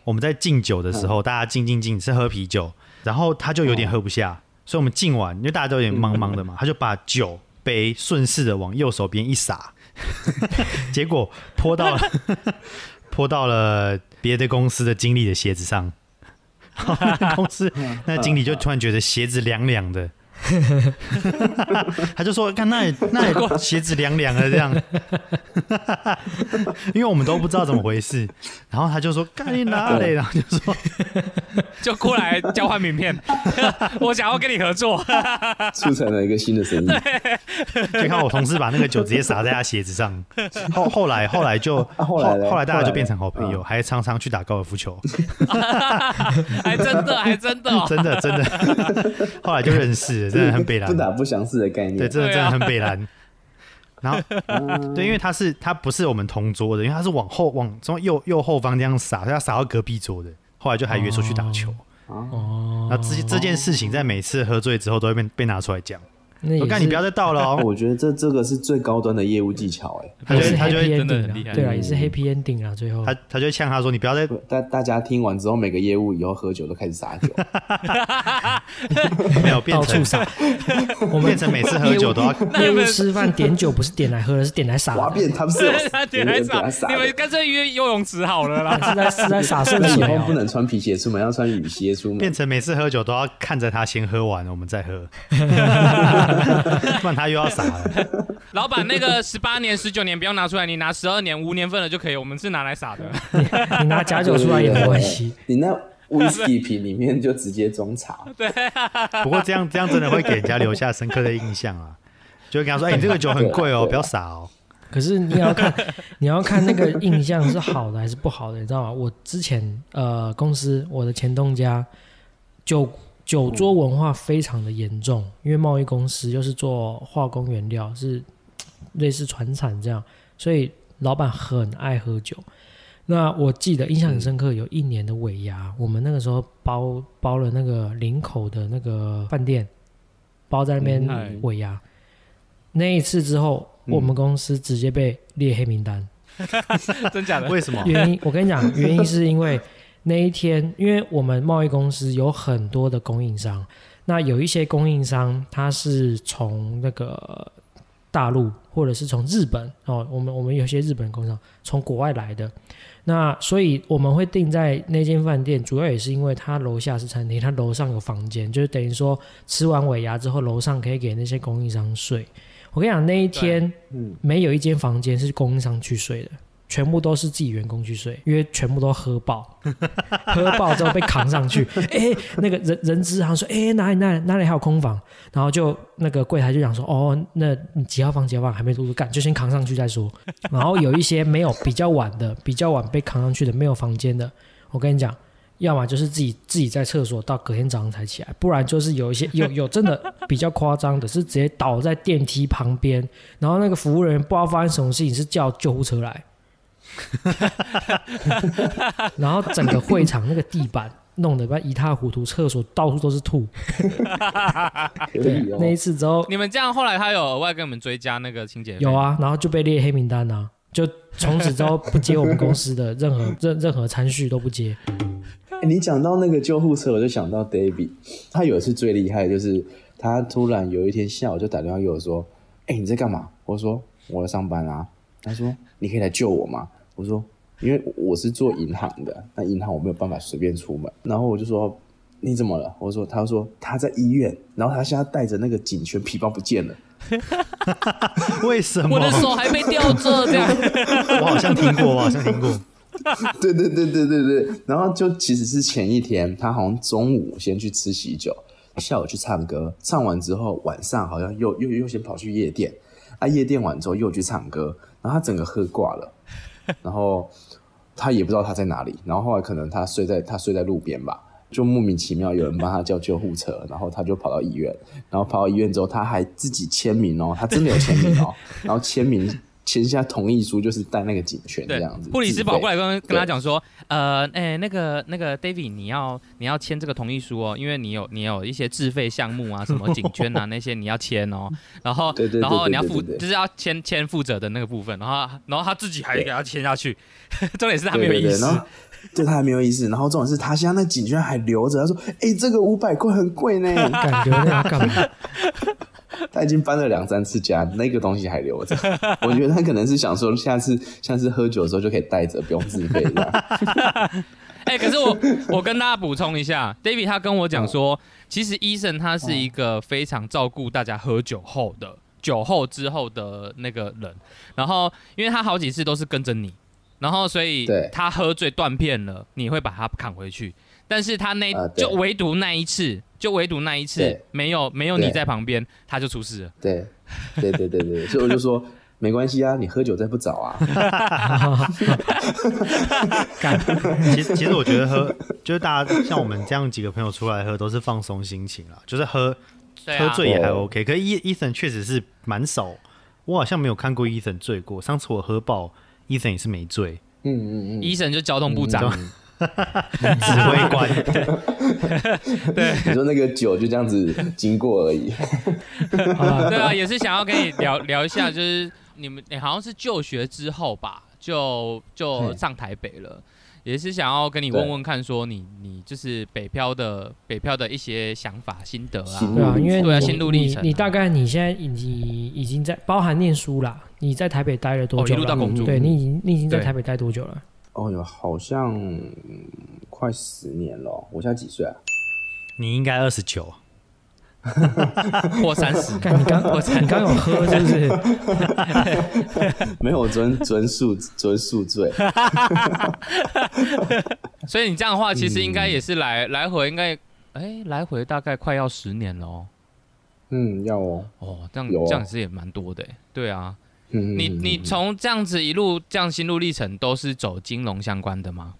S3: 我们在敬酒的时候，大家敬敬敬是喝啤酒，然后他就有点喝不下，所以我们敬完，因为大家都有点茫茫的嘛，他就把酒杯顺势的往右手边一洒，结果泼到了泼到了别的公司的经理的鞋子上。然后那公司那经理就突然觉得鞋子凉凉的，他就说：“看那也那也鞋子凉凉的这样，因为我们都不知道怎么回事。”然后他就说：“干你哪里？”然后就说：“
S2: 就过来交换名片， <laughs> 我想要跟你合作。
S1: 促成了一个新的生意。
S3: <laughs> 就看我同事把那个酒直接洒在他鞋子上。后后来后来就、
S1: 啊后来嘞
S3: 后来大
S1: 后
S3: 家
S1: 来
S3: 就变成好朋友，还常常去打高尔夫球，
S2: 还真的，还真的、哦，
S3: 真的真的。 <laughs> 后来就认
S1: <laughs>
S3: 识 <laughs> 了，真的很北
S1: 不打
S3: 蓝，
S1: 不相识的概啊念。
S3: 对，真的
S2: 对啊
S3: 真的很北蓝。然后对，因为他是他不是我们同桌的，因为他是往后往从右右后方这样洒，他洒到隔壁桌的。后来就还约出去打球。
S4: 哦，
S3: 那这这件事情在每次喝醉之后都会被被拿出来讲。
S4: 那
S3: 我
S4: 也
S3: 看你
S4: 是
S3: 不要再倒了哦。
S1: <laughs> 我觉得这这个是最高端的业务技巧、欸，
S3: 他
S4: 也
S3: 就是他就
S4: happy
S3: 会
S2: 真的
S4: ending
S2: 很厉
S4: 啊，
S2: 害
S4: 对啊，也是 happy ending 啊，最后
S3: 他他就会呛他说：“你不要再
S1: 哎，大大家听完之后，每个业务以后喝酒都开始撒酒，
S3: 没有变
S4: 到
S3: 成
S4: 处撒，
S3: <laughs> 我们变成每次喝酒都要
S2: 那
S4: 业
S2: 你
S4: 务
S2: 们
S4: 吃饭点酒不是点来喝的，是点来撒
S1: 哗
S4: 的，
S1: 变他们
S2: <laughs>
S1: 是有
S2: 点
S1: 有
S2: 来
S1: 人给他
S2: 撒，
S1: 撒
S2: 你们
S1: 的。
S2: 干脆约游泳池好了啦。
S4: 是在是在撒圣
S1: 那以
S4: 水
S1: 后 <laughs>
S4: 哦
S1: 不。能穿皮鞋出门，要穿雨鞋出
S3: 变
S1: 门。
S3: 成每次喝酒都要看着他先喝完，我们再喝， <laughs> 不然他又要傻了。
S2: 老板，那个十八年、十九年不要拿出来，你拿十二年、无年份的就可以，我们是拿来撒的。
S4: 你拿假酒出来也没关系，
S1: 对。对对你那 whisky 瓶里面就直接装茶，
S3: 不过这样这样真的会给人家留下深刻的印象啊，就会跟他说：“哎、你这个酒很贵哦，不要傻哦。
S4: 可是你也要看， <laughs> 你要看那个印象是好的还是不好的，你知道吗？我之前呃，公司我的前东家酒酒桌文化非常的严重，因为贸易公司又是做化工原料，是嘖类似船产这样，所以老板很爱喝酒。那我记得印象很深刻，有一年的尾牙，我们那个时候包包了那个林口的那个饭店，包在那边啊
S2: 嗯
S4: 尾牙。那一次之后，
S1: 嗯
S4: 我们公司直接被列黑名单，
S2: 真假的？
S3: 为什么？
S4: 原因我跟你讲，原因是因为那一天，因为我们贸易公司有很多的供应商，那有一些供应商他是从那个大陆或者是从日本哦，我们我们有些日本供应商从国外来的，那所以我们会定在那间饭店，主要也是因为它楼下是餐厅，它楼上有房间，就是等于说吃完尾牙之后，楼上可以给那些供应商睡。我跟你讲，那一天
S1: 嗯，
S4: 没有一间房间是供应商去睡的，全部都是自己员工去睡，因为全部都喝爆， <laughs> 喝爆之后被扛上去。哎、那个人人资好像说，哎、哪里哪里哪里还有空房，然后就那个柜台就讲说，哦，那你几号房几号房还没入住，干就先扛上去再说。然后有一些没有比较晚的，比较晚被扛上去的，没有房间的，我跟你讲。要么就是自己自己在厕所到隔天早上才起来，不然就是有一些有有真的比较夸张的，是直接倒在电梯旁边，然后那个服务人员不知道发生什么事情，是叫救护车来，然后整个会场那个地板弄得不一塌糊涂，厕所到处都是吐。
S1: 可
S4: 对
S1: 以，哦
S4: 那。一次之后
S2: 你们这样后来他有额外给你们追加那个清洁费
S4: 有？啊，然后就被列黑名单啊，就从此之后不接我们公司的任何 <laughs> 任任何餐序都不接。
S1: 欸你讲到那个救护车，我就想到 David，他有一次最厉害的就是他突然有一天下午就打电话给我说：“哎、你在干嘛？”我说：“我在上班啊。”他说：“你可以来救我吗？”我说：“因为我是做银行的，那银行我没有办法随便出门。”然后我就说：“你怎么了？”我说：“他说他在医院，然后他现在带着那个警犬皮包不见了。
S3: 为什么？
S2: 我的手还被吊着，这样
S3: 我好像听过，我好像听过。
S1: <laughs> 对对对对对对。然后就其实是前一天，他好像中午先去吃喜酒，下午去唱歌，唱完之后晚上好像又又又先跑去夜店，啊，夜店完之后又去唱歌，然后他整个喝挂
S2: <laughs>
S1: 了，然后他也不知道他在哪里，然后后来可能他睡在他睡在路边吧。就莫名其妙有人帮他叫救护车，然后他就跑到医院，然后跑到医院之后，他还自己签名哦，他真的有签名哦，然后签名签下同意书，就是带那个警犬这
S2: 对
S1: 样子。，
S2: 护理师
S1: 自费
S2: 跑过来跟跟
S1: 对
S2: 他讲说，呃，哎、那个那个 David，你要你要签这个同意书哦，因为你有你有一些自费项目啊，什么景
S1: <laughs>
S2: 圈啊那些你要签哦，然后
S1: 对对对
S2: 然后
S1: 对
S2: 你要
S1: 对
S2: 负
S1: 对对
S2: 就是要签签负责的那个部分，然后他然后他自己还给他签下去， <laughs> 重点是他
S1: 对
S2: 没有
S1: 对
S2: 意
S1: 对，
S2: 思
S1: 然，后对他还没有意思，然后重点是他现在那警居然还留着，他说：“哎、这个五百块很贵呢。 <laughs>
S4: 感觉那要干嘛？”
S1: 他已经搬了两三次家，那个东西还
S2: <laughs>
S1: 留着。我觉得他可能是想说，下次下次喝酒的时候就可以带着，不用自费这样。
S2: <laughs> 哎、可是我我跟大家补充一下，David 他跟我讲
S1: 嗯
S2: 说，其实医生他是一个非常照顾大家喝酒后的、酒后之后的那个人。然后，因为他好几次都是跟着你，然后所以
S1: 对
S2: 他喝醉断片了，你会把他扛回去。但是他那、
S1: 啊对
S2: 就唯独那一次，就唯独那一次
S1: 对
S2: 没有没有你
S1: 对
S2: 在旁边，他就出事了。
S1: 对，对对对对，所以我就说没关系啊，你喝酒再不找啊。
S4: 干
S3: 其实其实我觉得喝，就是大家像我们这样几个朋友出来喝，都是放松心情啦，就是喝
S2: 对啊
S3: 喝醉也还 OK。可是伊伊森确实是蛮少，我好像没有看过伊森醉过。上次我喝爆，伊森也是
S2: <laughs>
S3: 没醉，
S1: 嗯嗯嗯，
S2: 医啊生就交通部长，
S3: 指挥
S2: <laughs>
S3: 官。
S1: 你说那个酒就这样子经过而已。
S4: 好
S2: <laughs>
S4: 了，
S2: 对啊，也是想要跟你聊聊一下，就是你们你好像是就学之后吧，就就上台北了，也是想要跟你问问看，说你你就是北漂的北漂的一些想法心得啊
S1: 行
S4: 对啊，因为
S2: 对啊
S4: 你
S2: 心路历程啊
S4: 你你
S2: <laughs>
S4: 大概你现在已经已经在包含念书啦，你在台北待了多
S2: 哦
S4: 久
S2: 一
S4: 了？
S2: 路到拱
S1: 柱
S4: 对你已经你已经在
S2: 对
S4: 台北待多久了？
S1: 哦哟，好像嗯快十年了。我现在几岁啊？ <laughs>
S3: 你应该二十九，
S2: 破三十。
S4: 看你刚
S2: <laughs> 我才
S4: 你刚有喝是不是？
S1: 没有，我昨天昨天宿昨天宿醉。
S2: 所以你这样的话，其实应该也是来来回应该，哎，来回大概快要十年了哦。
S1: 嗯，要哦。
S2: 哦，这样
S1: 有啊
S2: 这样子也蛮多的，对啊。
S1: 嗯嗯
S2: 你
S1: 嗯
S2: 你
S1: 嗯
S2: 从这样子一路这样心路历程都是走金融相关的吗？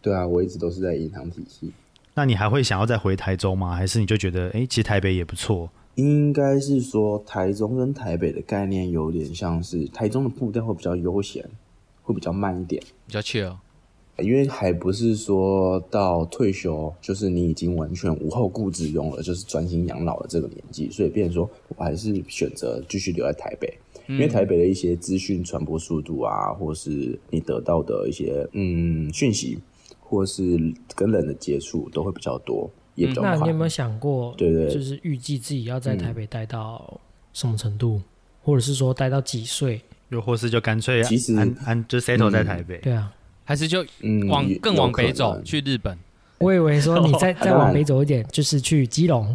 S1: 对啊，我一直都是在银行体系，
S3: 那你还会想要再回台中吗？还是你就觉得，哎、其实台北也不错？
S1: 应该是说台中跟台北的概念有点像是，台中的步调会比较悠闲，会比较慢一点，
S2: 比较 chill。
S1: 因为还不是说到退休，就是你已经完全无后顾之忧了，就是专心养老的这个年纪，所以变成说我还是选择继续留在台北。
S4: 嗯
S1: 因为台北的一些资讯传播速度啊，或是你得到的一些嗯讯息，或是跟人的接触都会比较多，也比较
S4: 嗯那
S1: 快。
S4: 你有没有想过，
S1: 对嗯对
S4: 就是预计自己要在台北待到什么程度，或者是说待到几岁？
S3: 又或是就干脆
S1: 其实
S3: 安安就 settle 在台北，
S2: 嗯
S4: 对啊，
S2: 还是就
S1: 嗯，
S2: 往
S1: 也
S2: 更往
S1: 有可
S2: 北走
S1: 能
S2: 去日本？
S4: 我以为
S1: <laughs>
S4: 说你再
S1: 当
S4: 再
S1: 然
S4: 往北走一点，就是去基隆。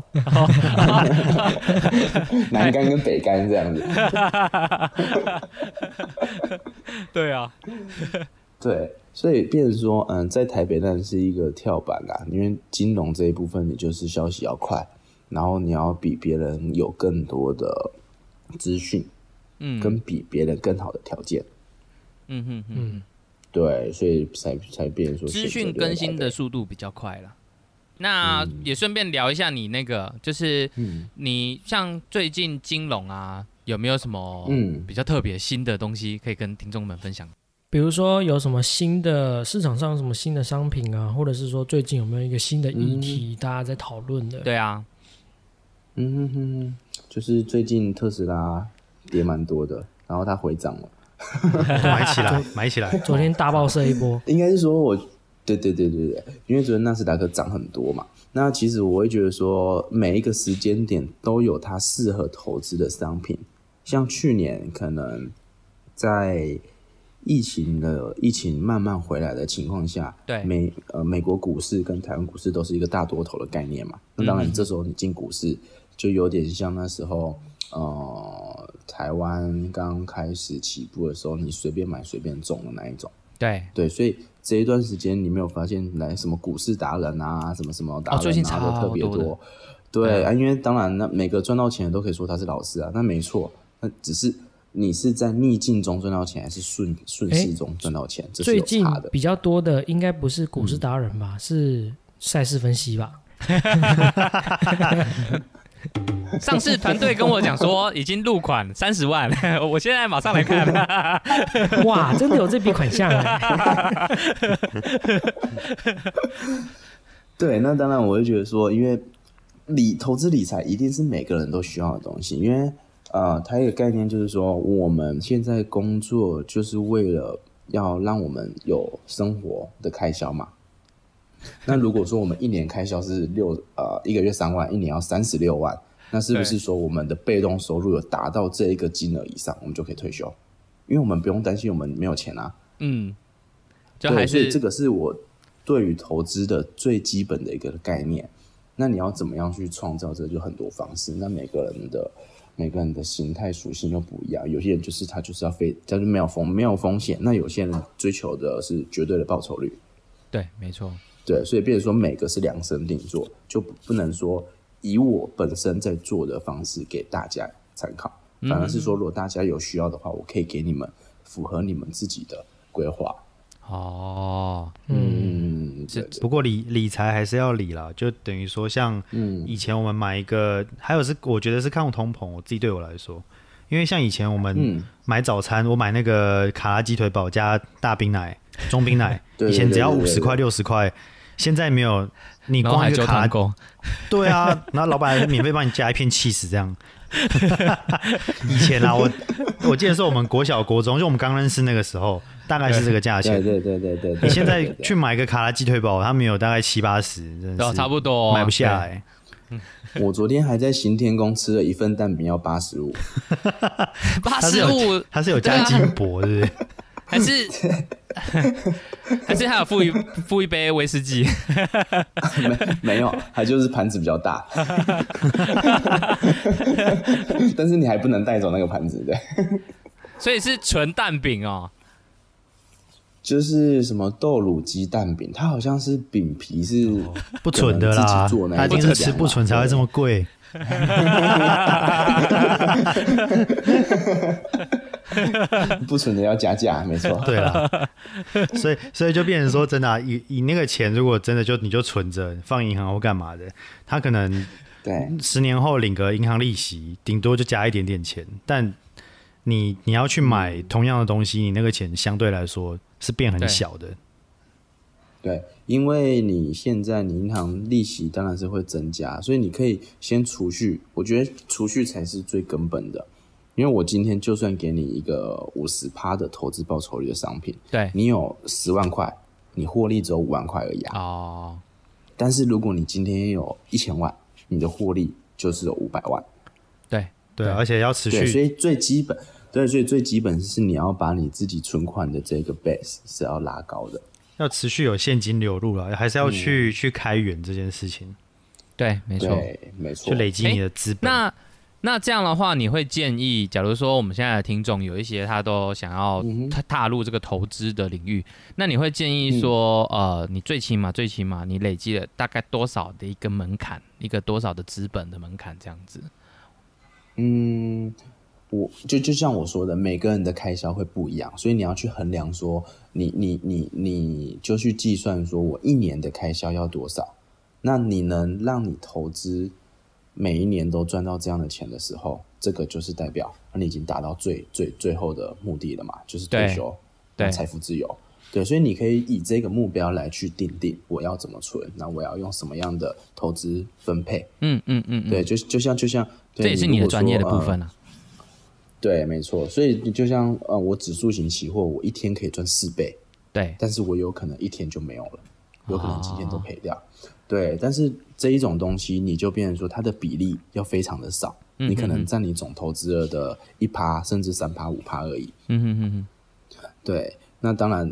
S1: 南干跟北干这样子。
S2: 对啊，
S1: 对，所以变成说，嗯，在台北当然是一个跳板啦，因为金融这一部分，你就是消息要快，然后你要比别人有更多的资讯，
S2: 嗯
S1: 跟比别人更好的条件。
S2: 嗯嗯嗯，
S1: 对，所以才才变成说
S2: 资
S1: 选择
S2: 讯
S1: 留在
S2: 更新的
S1: 台北
S2: 速度比较快了。那也顺便聊一下你那个，就是
S1: 嗯
S2: 你像最近金融啊，有没有什么
S1: 嗯
S2: 比较特别新的东西可以跟听众们分享？
S4: 比如说有什么新的市场上有什么新的商品啊，或者是说最近有没有一个新的议题大家在讨论的？
S2: 对啊，
S1: 嗯哼哼哼，就是最近特斯拉跌蛮多的，然后它回涨了，
S3: 买起来，买起来。
S4: 昨天大爆射一波，
S1: 应该是说我，对对对对对，因为昨天纳斯达克涨很多嘛，那其实我会觉得说，每一个时间点都有它适合投资的商品，像去年可能在疫情的疫情慢慢回来的情况下，
S2: 对
S1: 美呃美国股市跟台湾股市都是一个大多头的概念嘛，那当然这时候你进股市就有点像那时候。呃，台湾刚开始起步的时候，你随便买随便中的那一种，
S2: 对，
S1: 对，所以这一段时间你没有发现来什么股市达人啊，什么什么达
S2: 哦最近
S1: 人啊，都特别
S2: 超多的嗯
S1: 多。对啊，因为当然那每个赚到钱的都可以说他是老师啊，那没错，那只是你是在逆境中赚到钱，还是顺顺势中赚到钱，这是
S4: 最
S1: 有
S4: 近
S1: 差的。嗯
S4: 比较多的应该不是股市达人吧，是赛事分析吧？
S2: 上次团队跟我讲说已经入款三十万， <laughs> 我现在马上来看。
S4: 哇，真的有这笔款项啊！
S1: <laughs> 对，那当然我会觉得说，因为理投资理财一定是每个人都需要的东西，因为呃，它有一个概念就是说，我们现在工作就是为了要让我们有生活的开销嘛。那如果说我们一年开销是六呃一个月三万，一年要三十六万，那是不是
S2: 对
S1: 说我们的被动收入有达到这一个金额以上，我们就可以退休？因为我们不用担心我们没有钱啊。
S2: 嗯，就
S1: 对，
S2: 还
S1: 所以
S2: 是
S1: 这个是我对于投资的最基本的一个概念。那你要怎么样去创造这个就很多方式。那每个人的每个人的形态属性又不一样，有些人就是他就是要非他就没有风没有风险，那有些人追求的是绝对的报酬率。
S2: 对，没错。
S1: 对，所以变成说每个是量身定做，就不不能说以我本身在做的方式给大家参考，
S2: 嗯
S1: 反而是说如果大家有需要的话，我可以给你们符合你们自己的规划。
S2: 哦，
S1: 嗯，对
S3: 不过理理财还是要理啦，就等于说像
S1: 嗯
S3: 以前我们买一个，还有是我觉得是抗通膨，我自己对我来说，因为像以前我们
S1: 嗯
S3: 买早餐，我买那个卡拉鸡腿堡加大冰奶、中冰奶，
S1: <laughs> 对
S3: 以前只要
S1: 对对
S3: 五
S1: 对
S3: 十块六十块，现在没有，你
S2: 然后
S3: 光
S2: 还
S3: 一个
S2: 就
S3: 卡
S2: 团
S3: 拉，
S2: 购，
S3: 对啊，然后老板还免费帮你加一片 cheese 这样。 <laughs> 以前啊，我我记得是我们国小国中，就我们刚认识那个时候，大概是这个价钱
S1: 对。对对对对对，
S3: 你现在
S1: 对对
S3: 去买个卡拉鸡腿堡，他们有大概七八十，真的
S2: 对，啊
S3: 是
S2: 差不多
S3: 买不下。欸来。
S1: <laughs> 我昨天还在行天宫吃了一份蛋饼，要八十
S3: <laughs>
S1: 五。
S2: 八
S3: 它
S2: 十
S3: 是有
S2: 五
S3: 它是有
S2: 啊
S3: 加金箔，对
S1: <laughs>
S3: 不对？
S2: 还是 <laughs> 还是还有付一付一杯威士忌， <laughs>
S1: 没有，它就是盘子比较
S3: <laughs>
S1: 大，但是你还不能带走那个盘子，对，
S2: 所以是纯蛋饼哦。
S1: 就是什么豆乳鸡蛋饼，它好像是饼皮是
S3: 不纯的
S1: 可能
S3: 啦
S1: 自己做，那
S3: 他一
S1: 一种
S3: 定是吃不
S1: 啊
S3: 纯才会这么
S2: <laughs>
S3: 贵。
S1: 不纯的要加价，没错，
S3: 对啦，所以所以就变成说，真的啊、以以那个钱，如果真的就你就存着放银行或干嘛的，他可能
S1: 对
S3: 十年后领个银行利息，顶多就加一点点钱，但你你要去买同样的东西，你那个钱相对来说是变很
S2: 对
S3: 小的。
S1: 对，因为你现在你银行利息当然是会增加，所以你可以先储蓄，我觉得储蓄才是最根本的，因为我今天就算给你一个五十趴的投资报酬率的商品，
S2: 对，
S1: 你有十万块，你获利只有五万块而已啊。
S2: 哦，
S1: 但是如果你今天有一千万，你的获利就是有五百万。
S2: 对，
S3: 对啊，而且要持
S1: 对，所
S3: 续，
S1: 以最基本，对，所以最基本是你要把你自己存款的这个 base 是要拉高的。
S3: 要持续有现金流入了，还是要
S1: 嗯
S3: 去、去开源这件事情，
S2: 对，没错。
S1: 对，没错
S3: 去。累积你的资本。
S2: 那那这样的话，你会建议，假如说我们现在的听众有一些他都想要
S1: 嗯
S2: 踏踏入这个投资的领域，那你会建议说，
S1: 嗯
S2: 呃，你最起码最起码你累积了大概多少的一个门槛，一个多少的资本的门槛这样子？
S1: 嗯，我就就像我说的，每个人的开销会不一样，所以你要去衡量说，你你你你就去计算说我一年的开销要多少，那你能让你投资每一年都赚到这样的钱的时候，这个就是代表那你已经达到最最最后的目的了嘛，就是退
S2: 对
S1: 休，
S2: 对
S1: 那财富自由。对，所以你可以以这个目标来去定定我要怎么存，那我要用什么样的投资分配？
S2: 嗯嗯嗯嗯，
S1: 对，就就像就像，对
S2: 这也是你
S1: 如
S2: 的
S1: 果
S2: 专业的
S1: 说
S2: 部
S1: 呃
S2: 分啊。
S1: 对，没错。所以你就像呃，我指数型期货，我一天可以赚四倍，
S2: 对
S1: 但是我有可能一天就没有了，有可能今天都赔掉。对，但是这一种东西，你就变成说它的比例要非常的少，你可能占你总投资额的一趴，甚至三趴、五趴而已。
S2: 嗯哼哼哼，
S1: 对，那当然，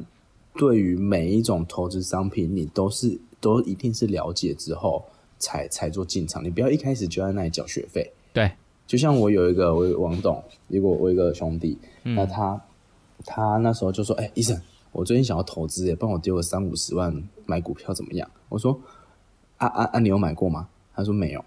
S1: 对于每一种投资商品，你都是都一定是了解之后才才做进场，你不要一开始就在那里缴学费。
S2: 对，
S1: 就像我有一个我有王董，一个我有一个兄弟，那他他那时候就说：“哎、医生，我最近想要投资，哎，帮我丢个三五十万买股票怎么样？”我说：“啊啊啊，你有买过吗？”他说：“没有。”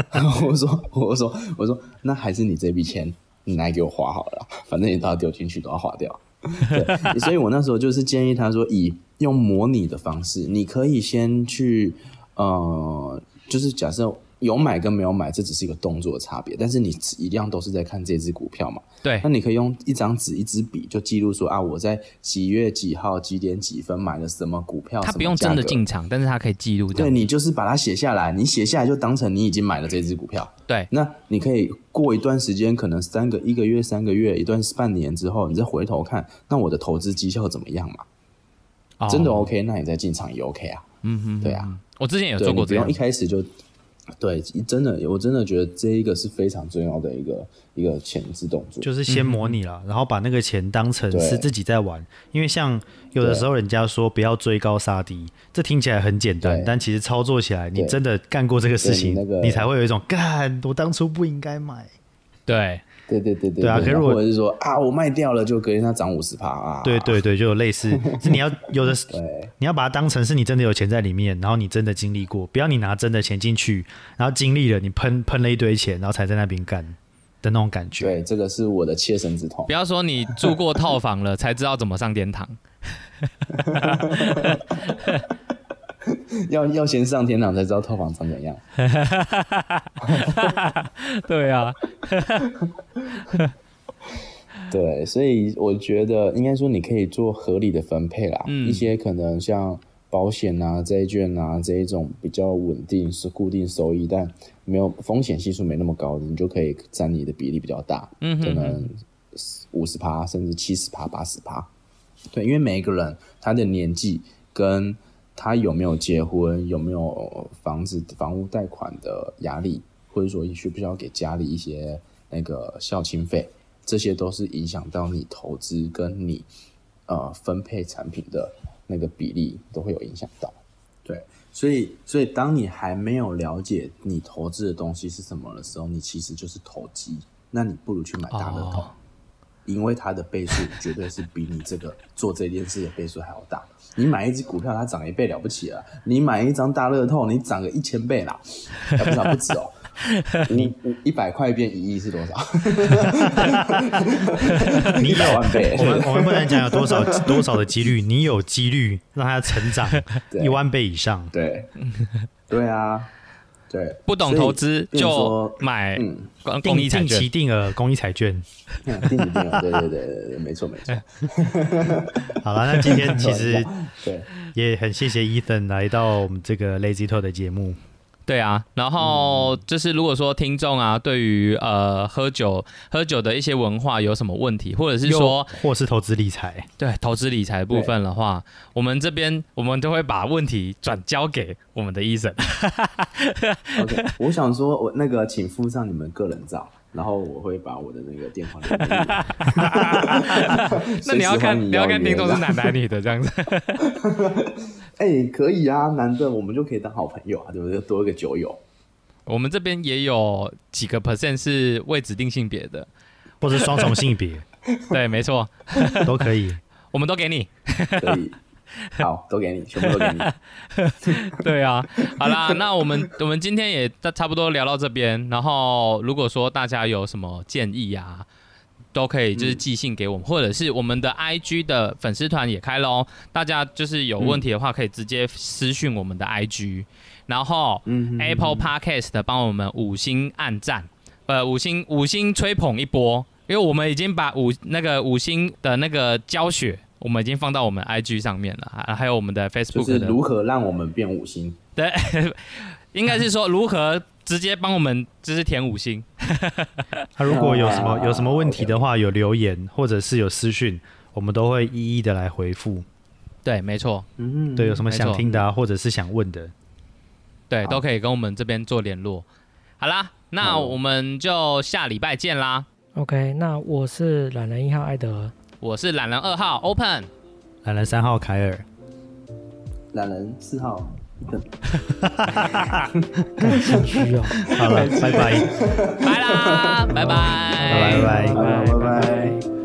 S1: <laughs> 我说：“我说我说，那还是你这笔钱你拿来给我花好了，反正你到时候丢进去都要花掉。” <laughs> 对，所以我那时候就是建议他说，以用模拟的方式，你可以先去，呃，就是假设有买跟没有买，这只是一个动作的差别，但是你一样都是在看这只股票嘛。
S2: 对
S1: 那你可以用一张纸、一支笔就记录说啊，我在几月几号几点几分买了什么股票，
S2: 他
S1: 啊什么
S2: 不用真的
S1: 价格。
S2: 进场，但是他可以记录这
S1: 对
S2: 样。
S1: 你就是把它写下来，你写下来就当成你已经买了这只股票。
S2: 对
S1: 那你可以过一段时间，可能三个一个月、三个月、一段半年之后，你再回头看，那我的投资绩效怎么样嘛？
S2: 哦
S1: 真的 OK，那你再进场也 OK 啊。
S2: 嗯哼，
S1: 对啊，
S2: 我之前有
S1: 对，
S2: 做
S1: 你
S2: 过
S1: 不
S2: 这样
S1: 用一，开始就对，真的，我真的觉得这一个是非常重要的一个一个前置动作。
S3: 就是先模拟
S1: 嗯
S3: 了，然后把那个钱当成
S1: 对
S3: 是自己在玩，因为像有的时候人家说不要追高杀低，这听起来很简单
S1: 对，
S3: 但其实操作起来，你
S1: 对
S3: 真的干过这个事情，
S1: 对你那个
S3: 你才会有一种干，我当初不应该买。
S2: 对
S1: 对对对对
S3: 对啊可是
S1: 或
S3: 我
S1: 者是说啊，我卖掉了，就隔天它涨五十趴啊。
S3: 对对对，就有
S1: <laughs>
S3: 类似，是你要有的，
S1: 对
S3: 你要把它当成是你真的有钱在里面，然后你真的经历过，不要你拿真的钱进去，然后经历了，你喷喷了一堆钱，然后才在那边干的那种感觉。
S1: 对，这个是我的切身之痛
S2: 不。要说你住过套房了才知道怎么上
S1: <laughs>
S2: 天堂。
S1: 要要先上天堂才知道套房长怎样。
S2: 对啊，
S1: 对，所以我觉得应该说你可以做合理的分配啦，一些可能像保险啊、债券啊这一种比较稳定是固定收益，但没有风险系数没那么高的，你就可以占你的比例比较大，嗯可能五十趴甚至七十趴、八十趴。对，因为每一个人他的年纪跟他有没有结婚、有没有房子、房屋贷款的压力，或者说你需不需要给家里一些那个孝亲费，这些都是影响到你投资跟你呃分配产品的那个比例都会有影响到。对，所以所以当你还没有了解你投资的东西是什么的时候，你其实就是投机，那你不如去买大乐透。
S2: 哦
S1: 因为它的倍数绝对是比你这个做这件事的倍数还要大。你买一只股票，它涨一倍了不起了；你买一张大乐透，你涨个一千倍啦，啊不是啊不止哦。你一百块变一亿是多少？
S3: 你
S1: 一百
S3: 有
S1: 万倍。
S3: 我们我们不能讲有多少多少的几率，你有几率让它成长
S1: <laughs> 对
S3: 一万倍以上。
S1: 对，对啊，对，
S2: 不懂
S1: 所以
S2: 投资
S1: 变成
S2: 就
S1: 说
S2: 买
S1: 嗯
S2: 公公益
S3: 定
S2: 产
S3: 定
S2: 权
S3: 期。定额公益彩券。
S1: 嗯定一定有，对对对对对，没错
S2: <laughs>
S1: 没错，
S3: 好了，那今
S1: <laughs>
S3: 天其实
S1: 对，
S3: 也很谢谢 Ethan 来到我们这个 Lazy Talk 的节目。
S2: 对啊，然后就是如果说听众啊，对于呃喝酒喝酒的一些文化有什么问题，或者是说
S3: 或是投资理财，
S2: 对投资理财部分的话，我们这边我们都会把问题转交给我们的医
S1: <laughs>
S2: 生。
S1: OK，我想说，我那个请附上你们个人照，然后我会把我的那个电话留给你
S2: <laughs> 那你要看
S1: 随时欢迎
S2: 你要看
S1: 邀约
S2: 听众是男男女的这样子，
S1: 哎、可以啊，男的我们就可以当好朋友啊，对不对？多一个酒友，
S2: 我们这边也有几个 percent 是未指定性别的，
S3: 或是双重性别
S2: 对，没错，
S3: 都可以。
S2: 我们都给你。
S1: 可
S2: <laughs>
S1: 以。好，都给你，全部都给你。 <laughs>
S2: 对啊，好啦，那我们 <laughs> 我们今天也差差不多聊到这边。然后如果说大家有什么建议啊，都可以就是寄信给
S1: 嗯
S2: 我们，或者是我们的 IG 的粉丝团也开喽。大家就是有问题的话，可以直接私讯我们的 IG，然后
S1: 嗯
S2: Apple Podcast 的帮我们五星按赞，呃，五星五星吹捧一波，因为我们已经把五那个五星的那个教学。我们已经放到我们 IG 上面了，还还有我们的
S1: 就
S2: Facebook
S1: 是
S2: 的
S1: 如何让我们变五星？
S2: 对，应该是说如何直接帮我们就是填五星。
S3: 他如果有什么
S1: 啊
S3: 有什么问题的话，有留言或者是有私讯，我们都会一一的来回复。
S2: 对，没错，
S1: 嗯，
S3: 对，有什
S2: 嗯
S3: 么
S2: 没
S3: 想
S2: 错
S3: 听的啊，或者是想问的，
S2: 对，
S1: 好
S2: 都可以跟我们这边做联络。好啦，那
S1: 好
S2: 我们就下礼拜见啦。
S4: OK，那我是懒人一号艾德，
S2: 我是懒人二号 Open，
S3: 懒人三号凯
S2: <laughs>
S3: 尔，
S1: 懒人四号，一个
S4: 必须哦。
S3: 好了，拜拜，
S2: <laughs> 拜啦，拜拜，
S3: 拜拜。
S1: 拜拜拜拜。